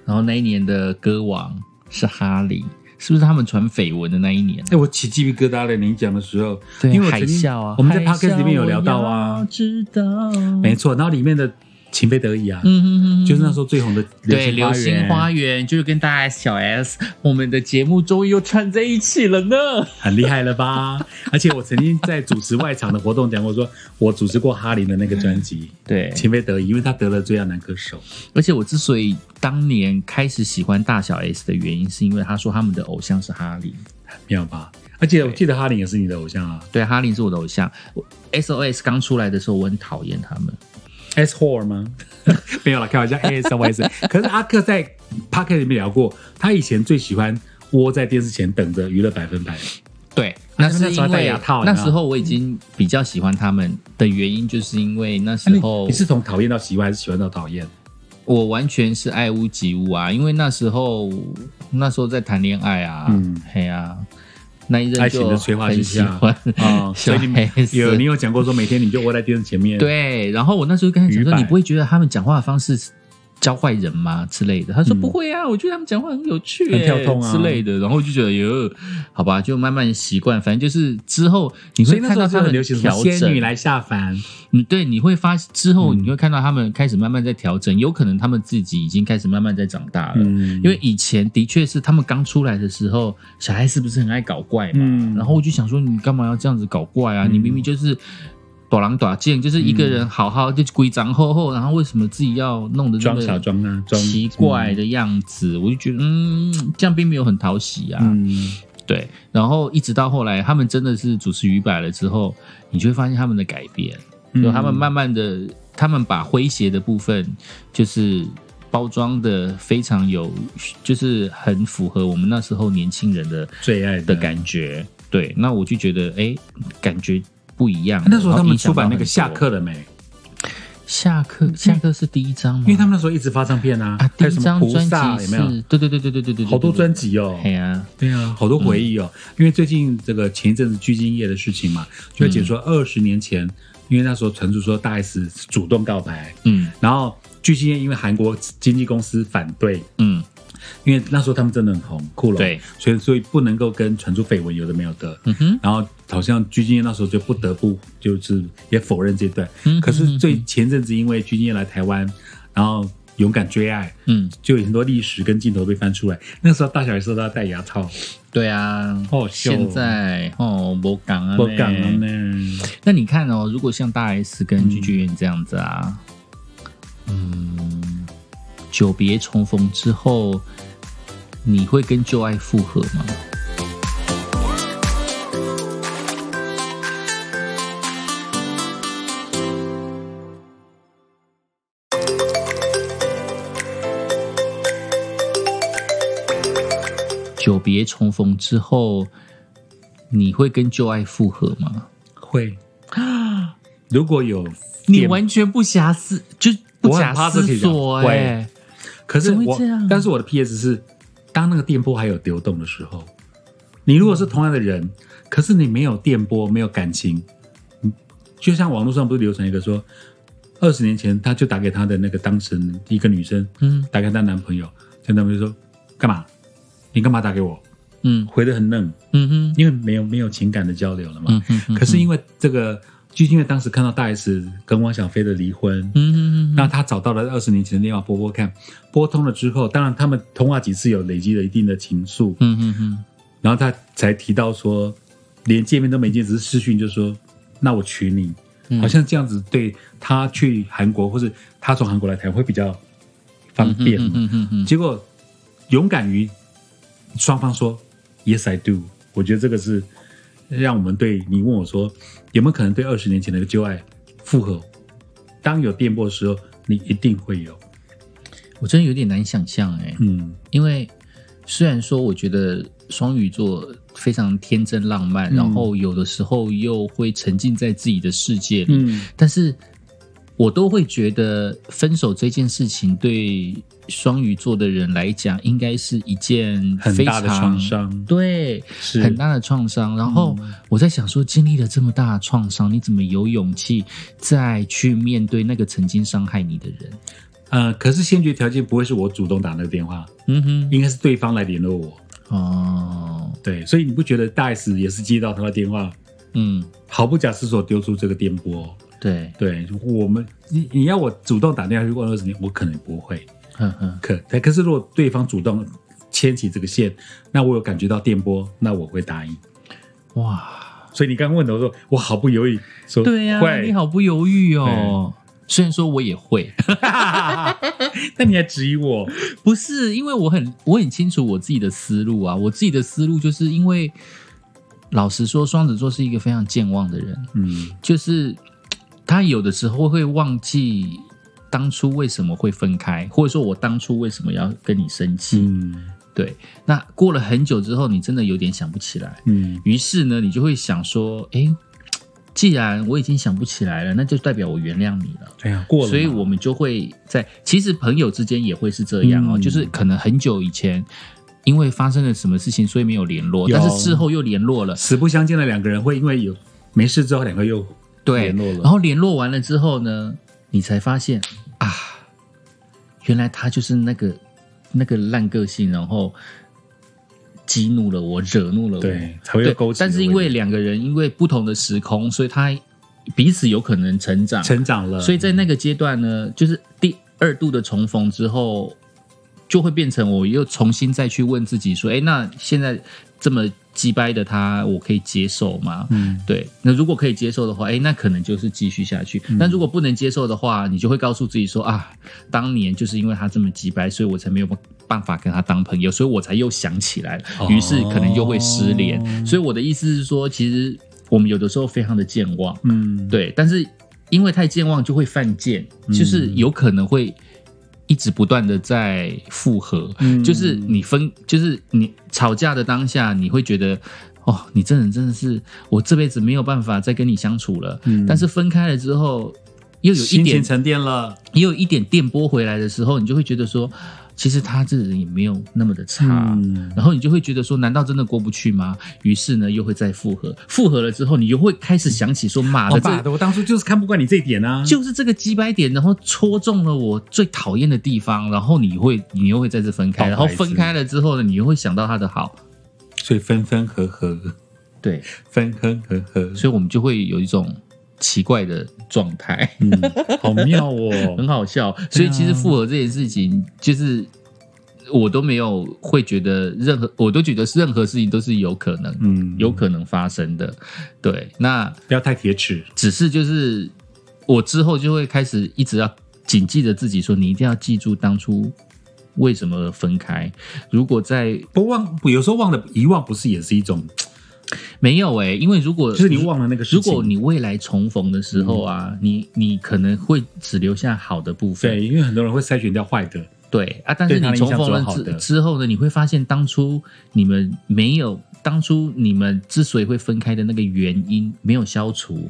[SPEAKER 2] 然后那一年的歌王是哈利，是不是他们传绯闻的那一年？啊
[SPEAKER 1] 哎、我起鸡皮疙瘩了。您讲的时候，
[SPEAKER 2] 对，
[SPEAKER 1] 因为我
[SPEAKER 2] 海
[SPEAKER 1] 曾经
[SPEAKER 2] 啸啊，
[SPEAKER 1] 我们在
[SPEAKER 2] 海
[SPEAKER 1] podcast 里面有聊到啊
[SPEAKER 2] 啸要知道，
[SPEAKER 1] 没错。然后里面的情非得已啊，
[SPEAKER 2] 嗯嗯嗯，
[SPEAKER 1] 就是那时候最红的
[SPEAKER 2] 对《
[SPEAKER 1] 流
[SPEAKER 2] 流
[SPEAKER 1] 星
[SPEAKER 2] 星
[SPEAKER 1] 花
[SPEAKER 2] 花
[SPEAKER 1] 园，
[SPEAKER 2] 园》，就是跟大 S、小 S，我们的节目终于又串在一起了呢。
[SPEAKER 1] 很厉害了吧？ 而且我曾经在主持外场的活动讲过说，我主持过哈林的那个专辑
[SPEAKER 2] 对
[SPEAKER 1] 《情非得已》，因为他得了最佳男歌手。
[SPEAKER 2] 而且我之所以当年开始喜欢大小 S 的原因，是因为他说他们的偶像是哈林。
[SPEAKER 1] 妙吧？而且我记得哈林也是你的偶像啊
[SPEAKER 2] 对，哈林是我的偶像。我 SOS 刚出来的时候，我很讨厌他们。
[SPEAKER 1] ，S Hor 吗？ 没有啦，开玩笑，S O S。可是阿克在 p o c k e t 里面聊过，他以前最喜欢窝在电视前等着娱乐百分百。
[SPEAKER 2] 对，那
[SPEAKER 1] 他们那
[SPEAKER 2] 是
[SPEAKER 1] 时候
[SPEAKER 2] 因
[SPEAKER 1] 戴
[SPEAKER 2] 为
[SPEAKER 1] 牙套你知道
[SPEAKER 2] 那
[SPEAKER 1] 吗
[SPEAKER 2] 时候我已经比较喜欢他们的原因，就是因为那
[SPEAKER 1] 那
[SPEAKER 2] 时
[SPEAKER 1] 啊你
[SPEAKER 2] 候
[SPEAKER 1] 你是从讨厌到喜欢，还是喜欢到讨厌？
[SPEAKER 2] 我完全是爱屋及乌啊，因为那时候那时候在谈恋爱啊，
[SPEAKER 1] 嗯
[SPEAKER 2] 嘿啊，那一
[SPEAKER 1] 爱情
[SPEAKER 2] 阵就
[SPEAKER 1] 的催化之
[SPEAKER 2] 很喜
[SPEAKER 1] 下
[SPEAKER 2] 欢
[SPEAKER 1] 啊、
[SPEAKER 2] 小
[SPEAKER 1] 所以你们
[SPEAKER 2] S
[SPEAKER 1] 有你有讲过说，每天你就窝在电视前面。，
[SPEAKER 2] 对，然后我那时候跟他讲
[SPEAKER 1] 鱼
[SPEAKER 2] 说，
[SPEAKER 1] 摆
[SPEAKER 2] 你不会觉得他们讲话的方式教坏人吗之类的？他说
[SPEAKER 1] 嗯
[SPEAKER 2] 不会啊，我觉得他们讲话很有趣、欸
[SPEAKER 1] 很跳动啊
[SPEAKER 2] 之类的。然后我就觉得哟，好吧，就慢慢习惯。反正就是之后你
[SPEAKER 1] 所
[SPEAKER 2] 会
[SPEAKER 1] 以那
[SPEAKER 2] 看
[SPEAKER 1] 时
[SPEAKER 2] 到
[SPEAKER 1] 候就
[SPEAKER 2] 他
[SPEAKER 1] 很
[SPEAKER 2] 们
[SPEAKER 1] 流行什么啊
[SPEAKER 2] 调
[SPEAKER 1] 仙女
[SPEAKER 2] 整，
[SPEAKER 1] 来下凡，
[SPEAKER 2] 嗯，对，你会发之后
[SPEAKER 1] 嗯
[SPEAKER 2] 你会看到他们开始慢慢在调整，有可能他们自己已经开始慢慢在长大了。
[SPEAKER 1] 嗯，
[SPEAKER 2] 因为以前的确是他们刚出来的时候，小孩是不是很爱搞怪嘛？
[SPEAKER 1] 嗯
[SPEAKER 2] 然后我就想说，你干嘛要这样子搞怪啊？
[SPEAKER 1] 嗯
[SPEAKER 2] 你明明就是短狼短贱，就是一个人好好就规章厚厚，然后为什么自己要弄得那
[SPEAKER 1] 装
[SPEAKER 2] 么
[SPEAKER 1] 傻装啊，装
[SPEAKER 2] 奇怪的样子？我就觉得，嗯，这样并没有很讨喜啊。
[SPEAKER 1] 嗯，
[SPEAKER 2] 对，然后一直到后来，他们真的是主持鱼摆了之后，你就会发现他们的改变，
[SPEAKER 1] 嗯
[SPEAKER 2] 就他们慢慢的，他们把诙谐的部分就是包装的非常有，就是很符合我们那时候年轻人的
[SPEAKER 1] 最爱
[SPEAKER 2] 的感觉。对，那我就觉得，哎，感觉不一样了。
[SPEAKER 1] 那时候他
[SPEAKER 2] 然后
[SPEAKER 1] 们
[SPEAKER 2] 影响
[SPEAKER 1] 出版那个
[SPEAKER 2] 到很多
[SPEAKER 1] 下，课了没？
[SPEAKER 2] 下课，下课是第一章吗？
[SPEAKER 1] 因为他们那时候一直发唱片啊，
[SPEAKER 2] 啊，第
[SPEAKER 1] 还有
[SPEAKER 2] 一
[SPEAKER 1] 什么
[SPEAKER 2] 张
[SPEAKER 1] 菩
[SPEAKER 2] 专
[SPEAKER 1] 萨
[SPEAKER 2] 辑
[SPEAKER 1] 有
[SPEAKER 2] 是
[SPEAKER 1] 没有？，
[SPEAKER 2] 对对对对对对对，
[SPEAKER 1] 好多专，辑哦。
[SPEAKER 2] 哎呀，
[SPEAKER 1] 对啊，好多回忆哦。因为最近这个前一阵子鞠婧祎的事情嘛，就会解
[SPEAKER 2] 嗯
[SPEAKER 1] 说二十年前，因为那时候传出说大 S 主动告白，
[SPEAKER 2] 嗯
[SPEAKER 1] 然后鞠婧祎因为韩国经纪公司反对，
[SPEAKER 2] 嗯，
[SPEAKER 1] 因为那时候他们真的很红，酷龙，
[SPEAKER 2] 对，
[SPEAKER 1] 所以所以不能够跟传出绯闻有的没有的。
[SPEAKER 2] 嗯哼，
[SPEAKER 1] 然后好像鞠婧祎那时候就不得不就是也否认这段，
[SPEAKER 2] 嗯
[SPEAKER 1] 可
[SPEAKER 2] 嗯
[SPEAKER 1] 是
[SPEAKER 2] 嗯
[SPEAKER 1] 最前阵子因为鞠婧祎来台湾，然后勇敢追爱，
[SPEAKER 2] 嗯，
[SPEAKER 1] 就有很多历史跟镜头被翻出来。那时候大小 S 都要戴牙套，
[SPEAKER 2] 对啊，
[SPEAKER 1] 好笑哦
[SPEAKER 2] 现在哦，我港啊，
[SPEAKER 1] 我讲了。呢。
[SPEAKER 2] 那你看哦，如果像大 S 跟鞠婧祎这样子啊，嗯，久别重逢之后，你会跟旧爱复合吗？久别重逢之后，你会跟旧爱复合吗？
[SPEAKER 1] 会，如果有
[SPEAKER 2] 你
[SPEAKER 1] 点，
[SPEAKER 2] 完全不瑕思，就不假思索
[SPEAKER 1] 我很
[SPEAKER 2] 哎、
[SPEAKER 1] positive 可是
[SPEAKER 2] 怎么会
[SPEAKER 1] 我
[SPEAKER 2] 这样，
[SPEAKER 1] 但是我的 PS 是，当那个电波还有流动的时候，你如果是同样的人，可是你没有电波，没有感情，嗯就像网络上不是流传一个说，二十年前他就打给他的那个当事人一个女生，
[SPEAKER 2] 嗯
[SPEAKER 1] 打给她男朋友，她男朋友就说干嘛？你干嘛打给我？
[SPEAKER 2] 嗯
[SPEAKER 1] 回的很愣，
[SPEAKER 2] 嗯哼，
[SPEAKER 1] 因为没有没有情感的交流了嘛。
[SPEAKER 2] 嗯哼，嗯
[SPEAKER 1] 可是因为这个，就是因为当时看到大 S 跟汪小菲的离婚，
[SPEAKER 2] 嗯哼嗯哼
[SPEAKER 1] 那他找到了二十年前的电话拨拨看，拨通了之后，当然他们通话几次有累积了一定的情愫，
[SPEAKER 2] 嗯哼嗯
[SPEAKER 1] 然后他才提到说，连见面都没见，只是视讯就说，那我娶你，
[SPEAKER 2] 嗯
[SPEAKER 1] 好像这样子对他去韩国或是他从韩国来台湾会比较方
[SPEAKER 2] 哼
[SPEAKER 1] 便嘛。
[SPEAKER 2] 嗯哼嗯哼
[SPEAKER 1] 结果勇敢于双方说 “Yes, I do”，我觉得这个是让我们对你问我说有没有可能对二十年前的旧爱复合？当有电波的时候，你一定会有。
[SPEAKER 2] 我真的有点难想象哎、
[SPEAKER 1] 嗯
[SPEAKER 2] 因为虽然说我觉得双鱼座非常天真浪漫，
[SPEAKER 1] 嗯
[SPEAKER 2] 然后有的时候又会沉浸在自己的世界里，
[SPEAKER 1] 嗯，
[SPEAKER 2] 但是我都会觉得分手这件事情对双鱼座的人来讲，应该是一件
[SPEAKER 1] 很
[SPEAKER 2] 非
[SPEAKER 1] 大的
[SPEAKER 2] 常
[SPEAKER 1] 创伤
[SPEAKER 2] 对，
[SPEAKER 1] 是
[SPEAKER 2] 很大的创伤。然后我在想说，经历了这么大的创伤，你怎么有勇气再去面对那个曾经伤害你的人？
[SPEAKER 1] 呃，可是先决条件不会是我主动打那个电话，
[SPEAKER 2] 嗯哼，
[SPEAKER 1] 应该是对方来联络我。
[SPEAKER 2] 哦，
[SPEAKER 1] 对，所以你不觉得大 S 也是接到他的电话，
[SPEAKER 2] 嗯，
[SPEAKER 1] 毫不假思索丢出这个电波？
[SPEAKER 2] 对，
[SPEAKER 1] 对我们，你你要我主动打电话去问二十年，我可能不会。
[SPEAKER 2] 嗯哼，
[SPEAKER 1] 可但可是如果对方主动牵起这个线，那我有感觉到电波，那我会答应。
[SPEAKER 2] 哇，
[SPEAKER 1] 所以你刚问的时候，我毫不犹豫说：“
[SPEAKER 2] 对呀、
[SPEAKER 1] 会
[SPEAKER 2] 你好不犹豫哦。虽然说我也 会，
[SPEAKER 1] 那你还质疑我？
[SPEAKER 2] 不是因为我很我很清楚我自己的思路啊，我自己的思路就是因为，老实说，双子座是一个非常健忘的人，
[SPEAKER 1] 嗯，
[SPEAKER 2] 就是嘖他有的时候会忘记当初为什么会分开，或者说我当初为什么要跟你生气。
[SPEAKER 1] 嗯
[SPEAKER 2] 对，那过了很久之后，你真的有点想不起来，
[SPEAKER 1] 嗯
[SPEAKER 2] 于是呢，你就会想说，诶，嘖既然我已经想不起来了，那就代表我原谅你了。
[SPEAKER 1] 哎呀，过了嘛，
[SPEAKER 2] 所以我们就会在，其实朋友之间也会是这样哦，
[SPEAKER 1] 嗯
[SPEAKER 2] 就是可能很久以前，因为发生了什么事情，所以没有联络，
[SPEAKER 1] 有
[SPEAKER 2] 但是事后又联络了，
[SPEAKER 1] 死不相见的两个人会因为有没事之后，两个又
[SPEAKER 2] 对，
[SPEAKER 1] 联络了
[SPEAKER 2] 然后联络完了之后呢，你才发现啊，原来他就是那个那个烂个性，然后激怒了我，惹怒了我，
[SPEAKER 1] 对才会又勾起
[SPEAKER 2] 但是因为两个人因为不同的时空，所以他彼此有可能成长，
[SPEAKER 1] 成长了，
[SPEAKER 2] 所以在那个阶段呢，就是第二度的重逢之后，就会变成我又重新再去问自己说，哎，那现在这么鸡掰的他，我可以接受吗？
[SPEAKER 1] 嗯
[SPEAKER 2] 对，那如果可以接受的话，哎，那可能就是继续下去。那如果不能接受的话，你就会告诉自己说啊，当年就是因为他这么鸡掰，所以我才没有办法跟他当朋友，所以我才又想起来了，于是可能又会失联。
[SPEAKER 1] 哦
[SPEAKER 2] 所以我的意思是说，其实我们有的时候非常的健忘，
[SPEAKER 1] 嗯，
[SPEAKER 2] 对，但是因为太健忘就会犯贱，就是有可能会一直不断的在复合，
[SPEAKER 1] 嗯
[SPEAKER 2] 就是你分，就是你吵架的当下，你会觉得。哦，你这人真的是我这辈子没有办法再跟你相处了。
[SPEAKER 1] 嗯
[SPEAKER 2] 但是分开了之后，又有一
[SPEAKER 1] 心
[SPEAKER 2] 点
[SPEAKER 1] 情沉淀了，
[SPEAKER 2] 也有一点电波回来的时候，你就会觉得说，其实他这人也没有那么的差。
[SPEAKER 1] 嗯
[SPEAKER 2] 然后你就会觉得说，难道真的过不去吗？于是呢，又会再复合。复合了之后，你又会开始想起说，妈
[SPEAKER 1] 我
[SPEAKER 2] 的，啊这
[SPEAKER 1] 哦爸的，我当初就是看不惯你这一点啊，
[SPEAKER 2] 就是这个几百点，然后戳中了我最讨厌的地方，然后你会你又会再次分开，
[SPEAKER 1] 好
[SPEAKER 2] 然后
[SPEAKER 1] 白痴
[SPEAKER 2] 分开了之后呢，你又会想到他的好，
[SPEAKER 1] 所以分分合合，
[SPEAKER 2] 对，
[SPEAKER 1] 分分合合，
[SPEAKER 2] 所以我们就会有一种奇怪的状态，
[SPEAKER 1] 嗯，好妙 哦，
[SPEAKER 2] 很好笑。所以其实复合这件事情，就是我都没有会觉得任何，我都觉得任何事情都是有可能，
[SPEAKER 1] 嗯，
[SPEAKER 2] 有可能发生的。对，那
[SPEAKER 1] 不要太铁齿，
[SPEAKER 2] 只是就是我之后就会开始一直要谨记着自己说，你一定要记住当初为什么而分开。如果在
[SPEAKER 1] 不忘，有时候忘了遗忘，不是也是一种，
[SPEAKER 2] 没有诶、因为如果
[SPEAKER 1] 就是你忘了那个事
[SPEAKER 2] 如
[SPEAKER 1] 情，嗯
[SPEAKER 2] 果你未来重逢的时候啊，你你可能会只留下好的部分，
[SPEAKER 1] 对，因为很多人会筛选掉坏的，
[SPEAKER 2] 对啊，但是
[SPEAKER 1] 对他
[SPEAKER 2] 你
[SPEAKER 1] 的
[SPEAKER 2] 重
[SPEAKER 1] 印象
[SPEAKER 2] 逢
[SPEAKER 1] 只有
[SPEAKER 2] 了
[SPEAKER 1] 好
[SPEAKER 2] 之
[SPEAKER 1] 的
[SPEAKER 2] 之后呢，你会发现当初你们没有，当初你们之所以会分开的那个原因没有消除，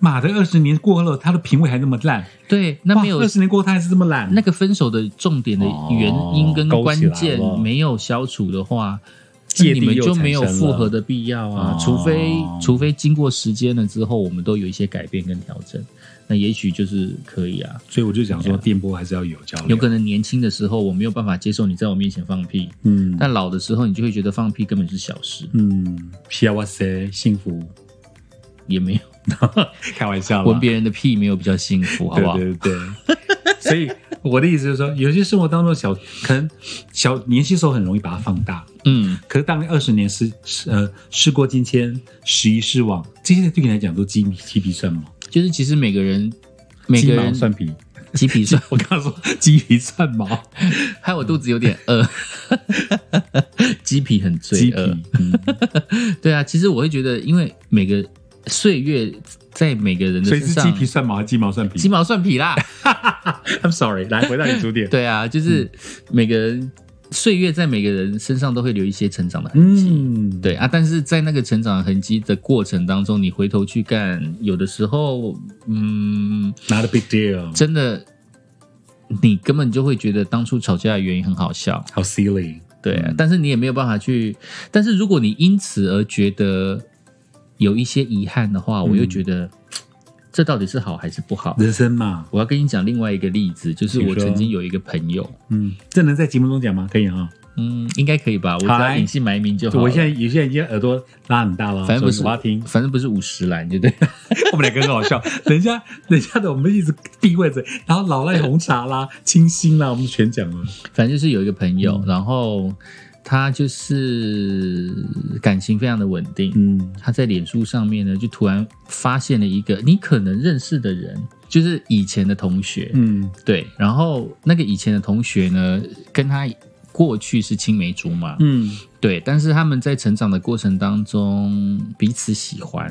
[SPEAKER 1] 妈的，二十年过了，他的品味还那么烂，
[SPEAKER 2] 对，那没有
[SPEAKER 1] 二十年过后他还是这么烂，
[SPEAKER 2] 那个分手的重点的原因跟关
[SPEAKER 1] 哦哦勾起
[SPEAKER 2] 键
[SPEAKER 1] 来了
[SPEAKER 2] 没有消除的话，
[SPEAKER 1] 芥
[SPEAKER 2] 你
[SPEAKER 1] 蒂
[SPEAKER 2] 们
[SPEAKER 1] 又
[SPEAKER 2] 就没有
[SPEAKER 1] 产生
[SPEAKER 2] 复
[SPEAKER 1] 了
[SPEAKER 2] 合的必要啊。
[SPEAKER 1] 哦
[SPEAKER 2] 除非除非经过时间了之后，我们都有一些改变跟调整，那也许就是可以啊。
[SPEAKER 1] 所以我就想说，电波还是要哎有交流，
[SPEAKER 2] 有可能年轻的时候我没有办法接受你在我面前放屁，
[SPEAKER 1] 嗯
[SPEAKER 2] 但老的时候你就会觉得放屁根本是小事，
[SPEAKER 1] 嗯，皮亚哇塞，幸福，
[SPEAKER 2] 也没有
[SPEAKER 1] 开玩笑啦
[SPEAKER 2] 闻别人的屁没有比较幸福，好不好？
[SPEAKER 1] 对对对。 所以我的意思就是说，有些生活当中的小，可能小年轻时候很容易把它放大，
[SPEAKER 2] 嗯，
[SPEAKER 1] 可是当你二十年是是呃事过境迁，时移世往，这些对你来讲都鸡皮鸡皮蒜毛，
[SPEAKER 2] 就是其实每个人每
[SPEAKER 1] 鸡
[SPEAKER 2] 个
[SPEAKER 1] 毛
[SPEAKER 2] 人
[SPEAKER 1] 蒜皮。
[SPEAKER 2] 鸡 皮蒜
[SPEAKER 1] 我刚刚说鸡皮蒜毛，
[SPEAKER 2] 害我肚子有点饿，鸡皮很
[SPEAKER 1] 鸡
[SPEAKER 2] 罪
[SPEAKER 1] 皮
[SPEAKER 2] 恶。，
[SPEAKER 1] 嗯
[SPEAKER 2] 对啊，其实我会觉得，因为每个岁月在每个人的
[SPEAKER 1] 所以
[SPEAKER 2] 身
[SPEAKER 1] 是
[SPEAKER 2] 上，
[SPEAKER 1] 鸡皮蒜毛还是鸡毛蒜
[SPEAKER 2] 鸡
[SPEAKER 1] 皮
[SPEAKER 2] 毛蒜 皮啦。
[SPEAKER 1] ？I'm sorry，来回到你主点。
[SPEAKER 2] 对啊，就是每个人岁月在每个人身上都会留一些成长的痕迹。
[SPEAKER 1] 嗯，
[SPEAKER 2] 对啊，但是在那个成长痕迹的过程当中，你回头去看，有的时候，嗯，
[SPEAKER 1] ，Not a big deal，
[SPEAKER 2] 真的，你根本就会觉得当初吵架的原因很好笑。
[SPEAKER 1] 好 silly。
[SPEAKER 2] 对
[SPEAKER 1] 嗯
[SPEAKER 2] 啊，但是你也没有办法去。但是如果
[SPEAKER 1] 嗯
[SPEAKER 2] 你因此而觉得有一些遗憾的话，我又觉得、这到底是好还是不好？
[SPEAKER 1] 人生嘛，
[SPEAKER 2] 我要跟你讲另外一个例子，就是
[SPEAKER 1] 请
[SPEAKER 2] 我
[SPEAKER 1] 说
[SPEAKER 2] 曾经有一个朋友，
[SPEAKER 1] 嗯，这能在节目中讲吗？可以啊，
[SPEAKER 2] 嗯，应该可以吧？我只要
[SPEAKER 1] 来
[SPEAKER 2] 隐姓埋名就好了。
[SPEAKER 1] 我现在有些人已经耳朵拉很大了，
[SPEAKER 2] 反正不是
[SPEAKER 1] 所以我要听。
[SPEAKER 2] 反正不是五十岚，就对。
[SPEAKER 1] 我们两个很好 笑，人家人家的我们一直避讳着，然后老赖红茶 啦、清新啦，我们全讲了。
[SPEAKER 2] 反正就是有一个朋友，
[SPEAKER 1] 嗯
[SPEAKER 2] 然后他就是感情非常的稳定。
[SPEAKER 1] 嗯，
[SPEAKER 2] 他在脸书上面呢，就突然发现了一个你可能认识的人，就是以前的同学。
[SPEAKER 1] 嗯
[SPEAKER 2] 对，然后那个以前的同学呢，跟他过去是青梅竹马，
[SPEAKER 1] 嗯，
[SPEAKER 2] 对，但是他们在成长的过程当中彼此喜欢，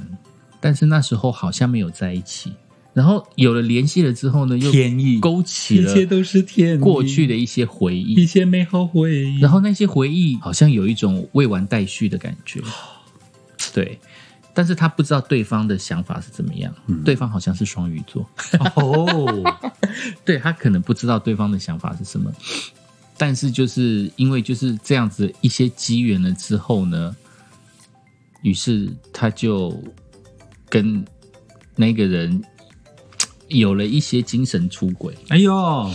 [SPEAKER 2] 但是那时候好像没有在一起。然后有了联系了之后呢，又
[SPEAKER 1] 天意
[SPEAKER 2] 勾起
[SPEAKER 1] 一
[SPEAKER 2] 了
[SPEAKER 1] 切都是天意
[SPEAKER 2] 过去的一些回
[SPEAKER 1] 一
[SPEAKER 2] 忆，
[SPEAKER 1] 些美好回忆。
[SPEAKER 2] 然后那些回忆好像有一种未完待续的感 觉，对。但是他不知道对方的想法是怎么样，
[SPEAKER 1] 嗯
[SPEAKER 2] 对方好像是双鱼座，
[SPEAKER 1] 哦，
[SPEAKER 2] 对他可能不知道对方的想法是什么，但是就是因为就是这样子一些机缘了之后呢，于是他就跟那个人有了一些精神出轨，
[SPEAKER 1] 哎呦，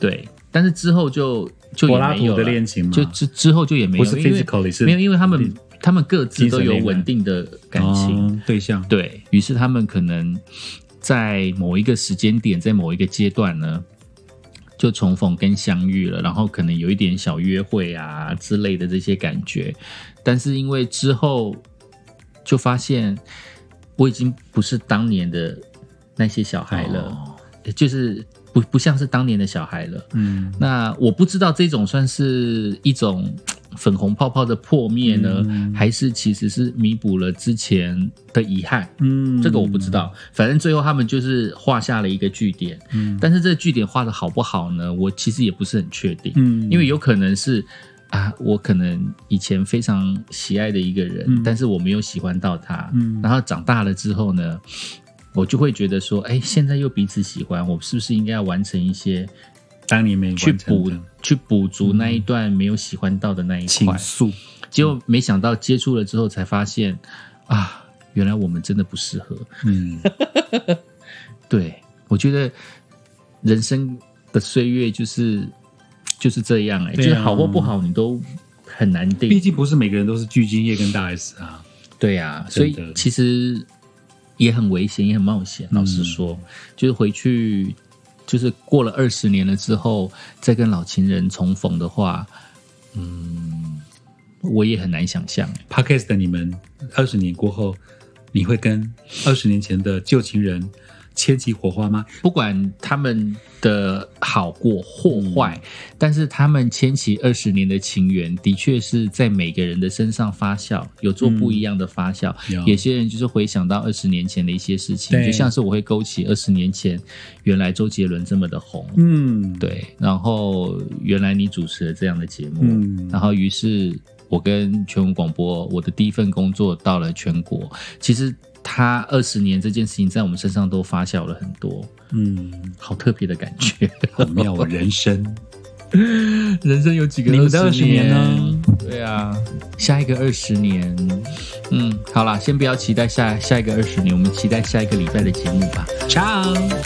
[SPEAKER 2] 对，但是之后就就也
[SPEAKER 1] 柏拉
[SPEAKER 2] 没有
[SPEAKER 1] 图的
[SPEAKER 2] 了
[SPEAKER 1] 恋情嘛，
[SPEAKER 2] 就之之后就也没有，
[SPEAKER 1] 不是
[SPEAKER 2] 因为
[SPEAKER 1] physically 是
[SPEAKER 2] 没有，因为他们
[SPEAKER 1] 嗯
[SPEAKER 2] 他们各自都
[SPEAKER 1] 精神
[SPEAKER 2] 有
[SPEAKER 1] 恋爱
[SPEAKER 2] 稳定的感情，
[SPEAKER 1] 哦对象。
[SPEAKER 2] 对于是他们可能在某一个时间点，在某一个阶段呢，就重逢跟相遇了，然后可能有一点小约会啊之类的这些感觉，但是因为之后就发现我已经不是当年的那些小孩了，
[SPEAKER 1] 哦
[SPEAKER 2] 就是不不像是当年的小孩了。
[SPEAKER 1] 嗯，
[SPEAKER 2] 那我不知道这种算是一种嘖粉红泡泡的破灭呢，
[SPEAKER 1] 嗯
[SPEAKER 2] 还是其实是弥补了之前的遗憾？
[SPEAKER 1] 嗯，
[SPEAKER 2] 这个我不知道。反正最后他们就是画下了一个据点，
[SPEAKER 1] 嗯
[SPEAKER 2] 但是这个据点画的好不好呢？我其实也不是很确定，
[SPEAKER 1] 嗯，
[SPEAKER 2] 因为有可能是。啊，我可能以前非常喜爱的一个人，
[SPEAKER 1] 嗯
[SPEAKER 2] 但是我没有喜欢到他。
[SPEAKER 1] 嗯
[SPEAKER 2] 然后长大了之后呢，我就会觉得说，哎，现在又彼此喜欢，我是不是应该要完成一些
[SPEAKER 1] 当年没完
[SPEAKER 2] 去
[SPEAKER 1] 成
[SPEAKER 2] 补
[SPEAKER 1] 的
[SPEAKER 2] 去补足那一段没有喜欢到的那一
[SPEAKER 1] 情
[SPEAKER 2] 块。
[SPEAKER 1] 愫，
[SPEAKER 2] 结果没想到接触了之后才发现，啊，原来我们真的不适合。
[SPEAKER 1] 嗯，
[SPEAKER 2] 对我觉得人生的岁月就是就是这样哎、欸，
[SPEAKER 1] 对啊
[SPEAKER 2] 就是好或不好你都很难
[SPEAKER 1] 毕
[SPEAKER 2] 定。
[SPEAKER 1] 竟不是每个人都是巨金叶跟大 S 啊，
[SPEAKER 2] 对呀、所以
[SPEAKER 1] 真的
[SPEAKER 2] 其实也很危险，也很冒险。老
[SPEAKER 1] 嗯
[SPEAKER 2] 实说，就是回去，就是过了二十年了之后，再跟老情人重逢的话，嗯，我也很难想象。
[SPEAKER 1] Podcast 的你们，二十年过后，你会跟二十年前的旧情人牵起火花吗？
[SPEAKER 2] 不管他们的好过或坏，
[SPEAKER 1] 嗯
[SPEAKER 2] 但是他们牵起二十年的情缘，的确是在每个人的身上发酵，有做不一样的发酵。
[SPEAKER 1] 嗯有
[SPEAKER 2] 有些人就是回想到二十年前的一些事情，
[SPEAKER 1] 对
[SPEAKER 2] 就像是我会勾起二十年前原来周杰伦这么的红。
[SPEAKER 1] 嗯，，
[SPEAKER 2] 对，然后原来你主持了这样的节目，
[SPEAKER 1] 嗯
[SPEAKER 2] 然后于是我跟全国广播，我的第一份工作到了全国，其实他二十年这件事情在我们身上都发酵了很多，
[SPEAKER 1] 嗯，
[SPEAKER 2] 好特别的感觉。
[SPEAKER 1] 好妙哦，人生。
[SPEAKER 2] 人生有几个
[SPEAKER 1] 你们的20年呢？
[SPEAKER 2] 对啊，下一个二十年，嗯，好啦，先不要期待下下一个二十年，我们期待下一个礼拜的节目吧。
[SPEAKER 1] Ciao。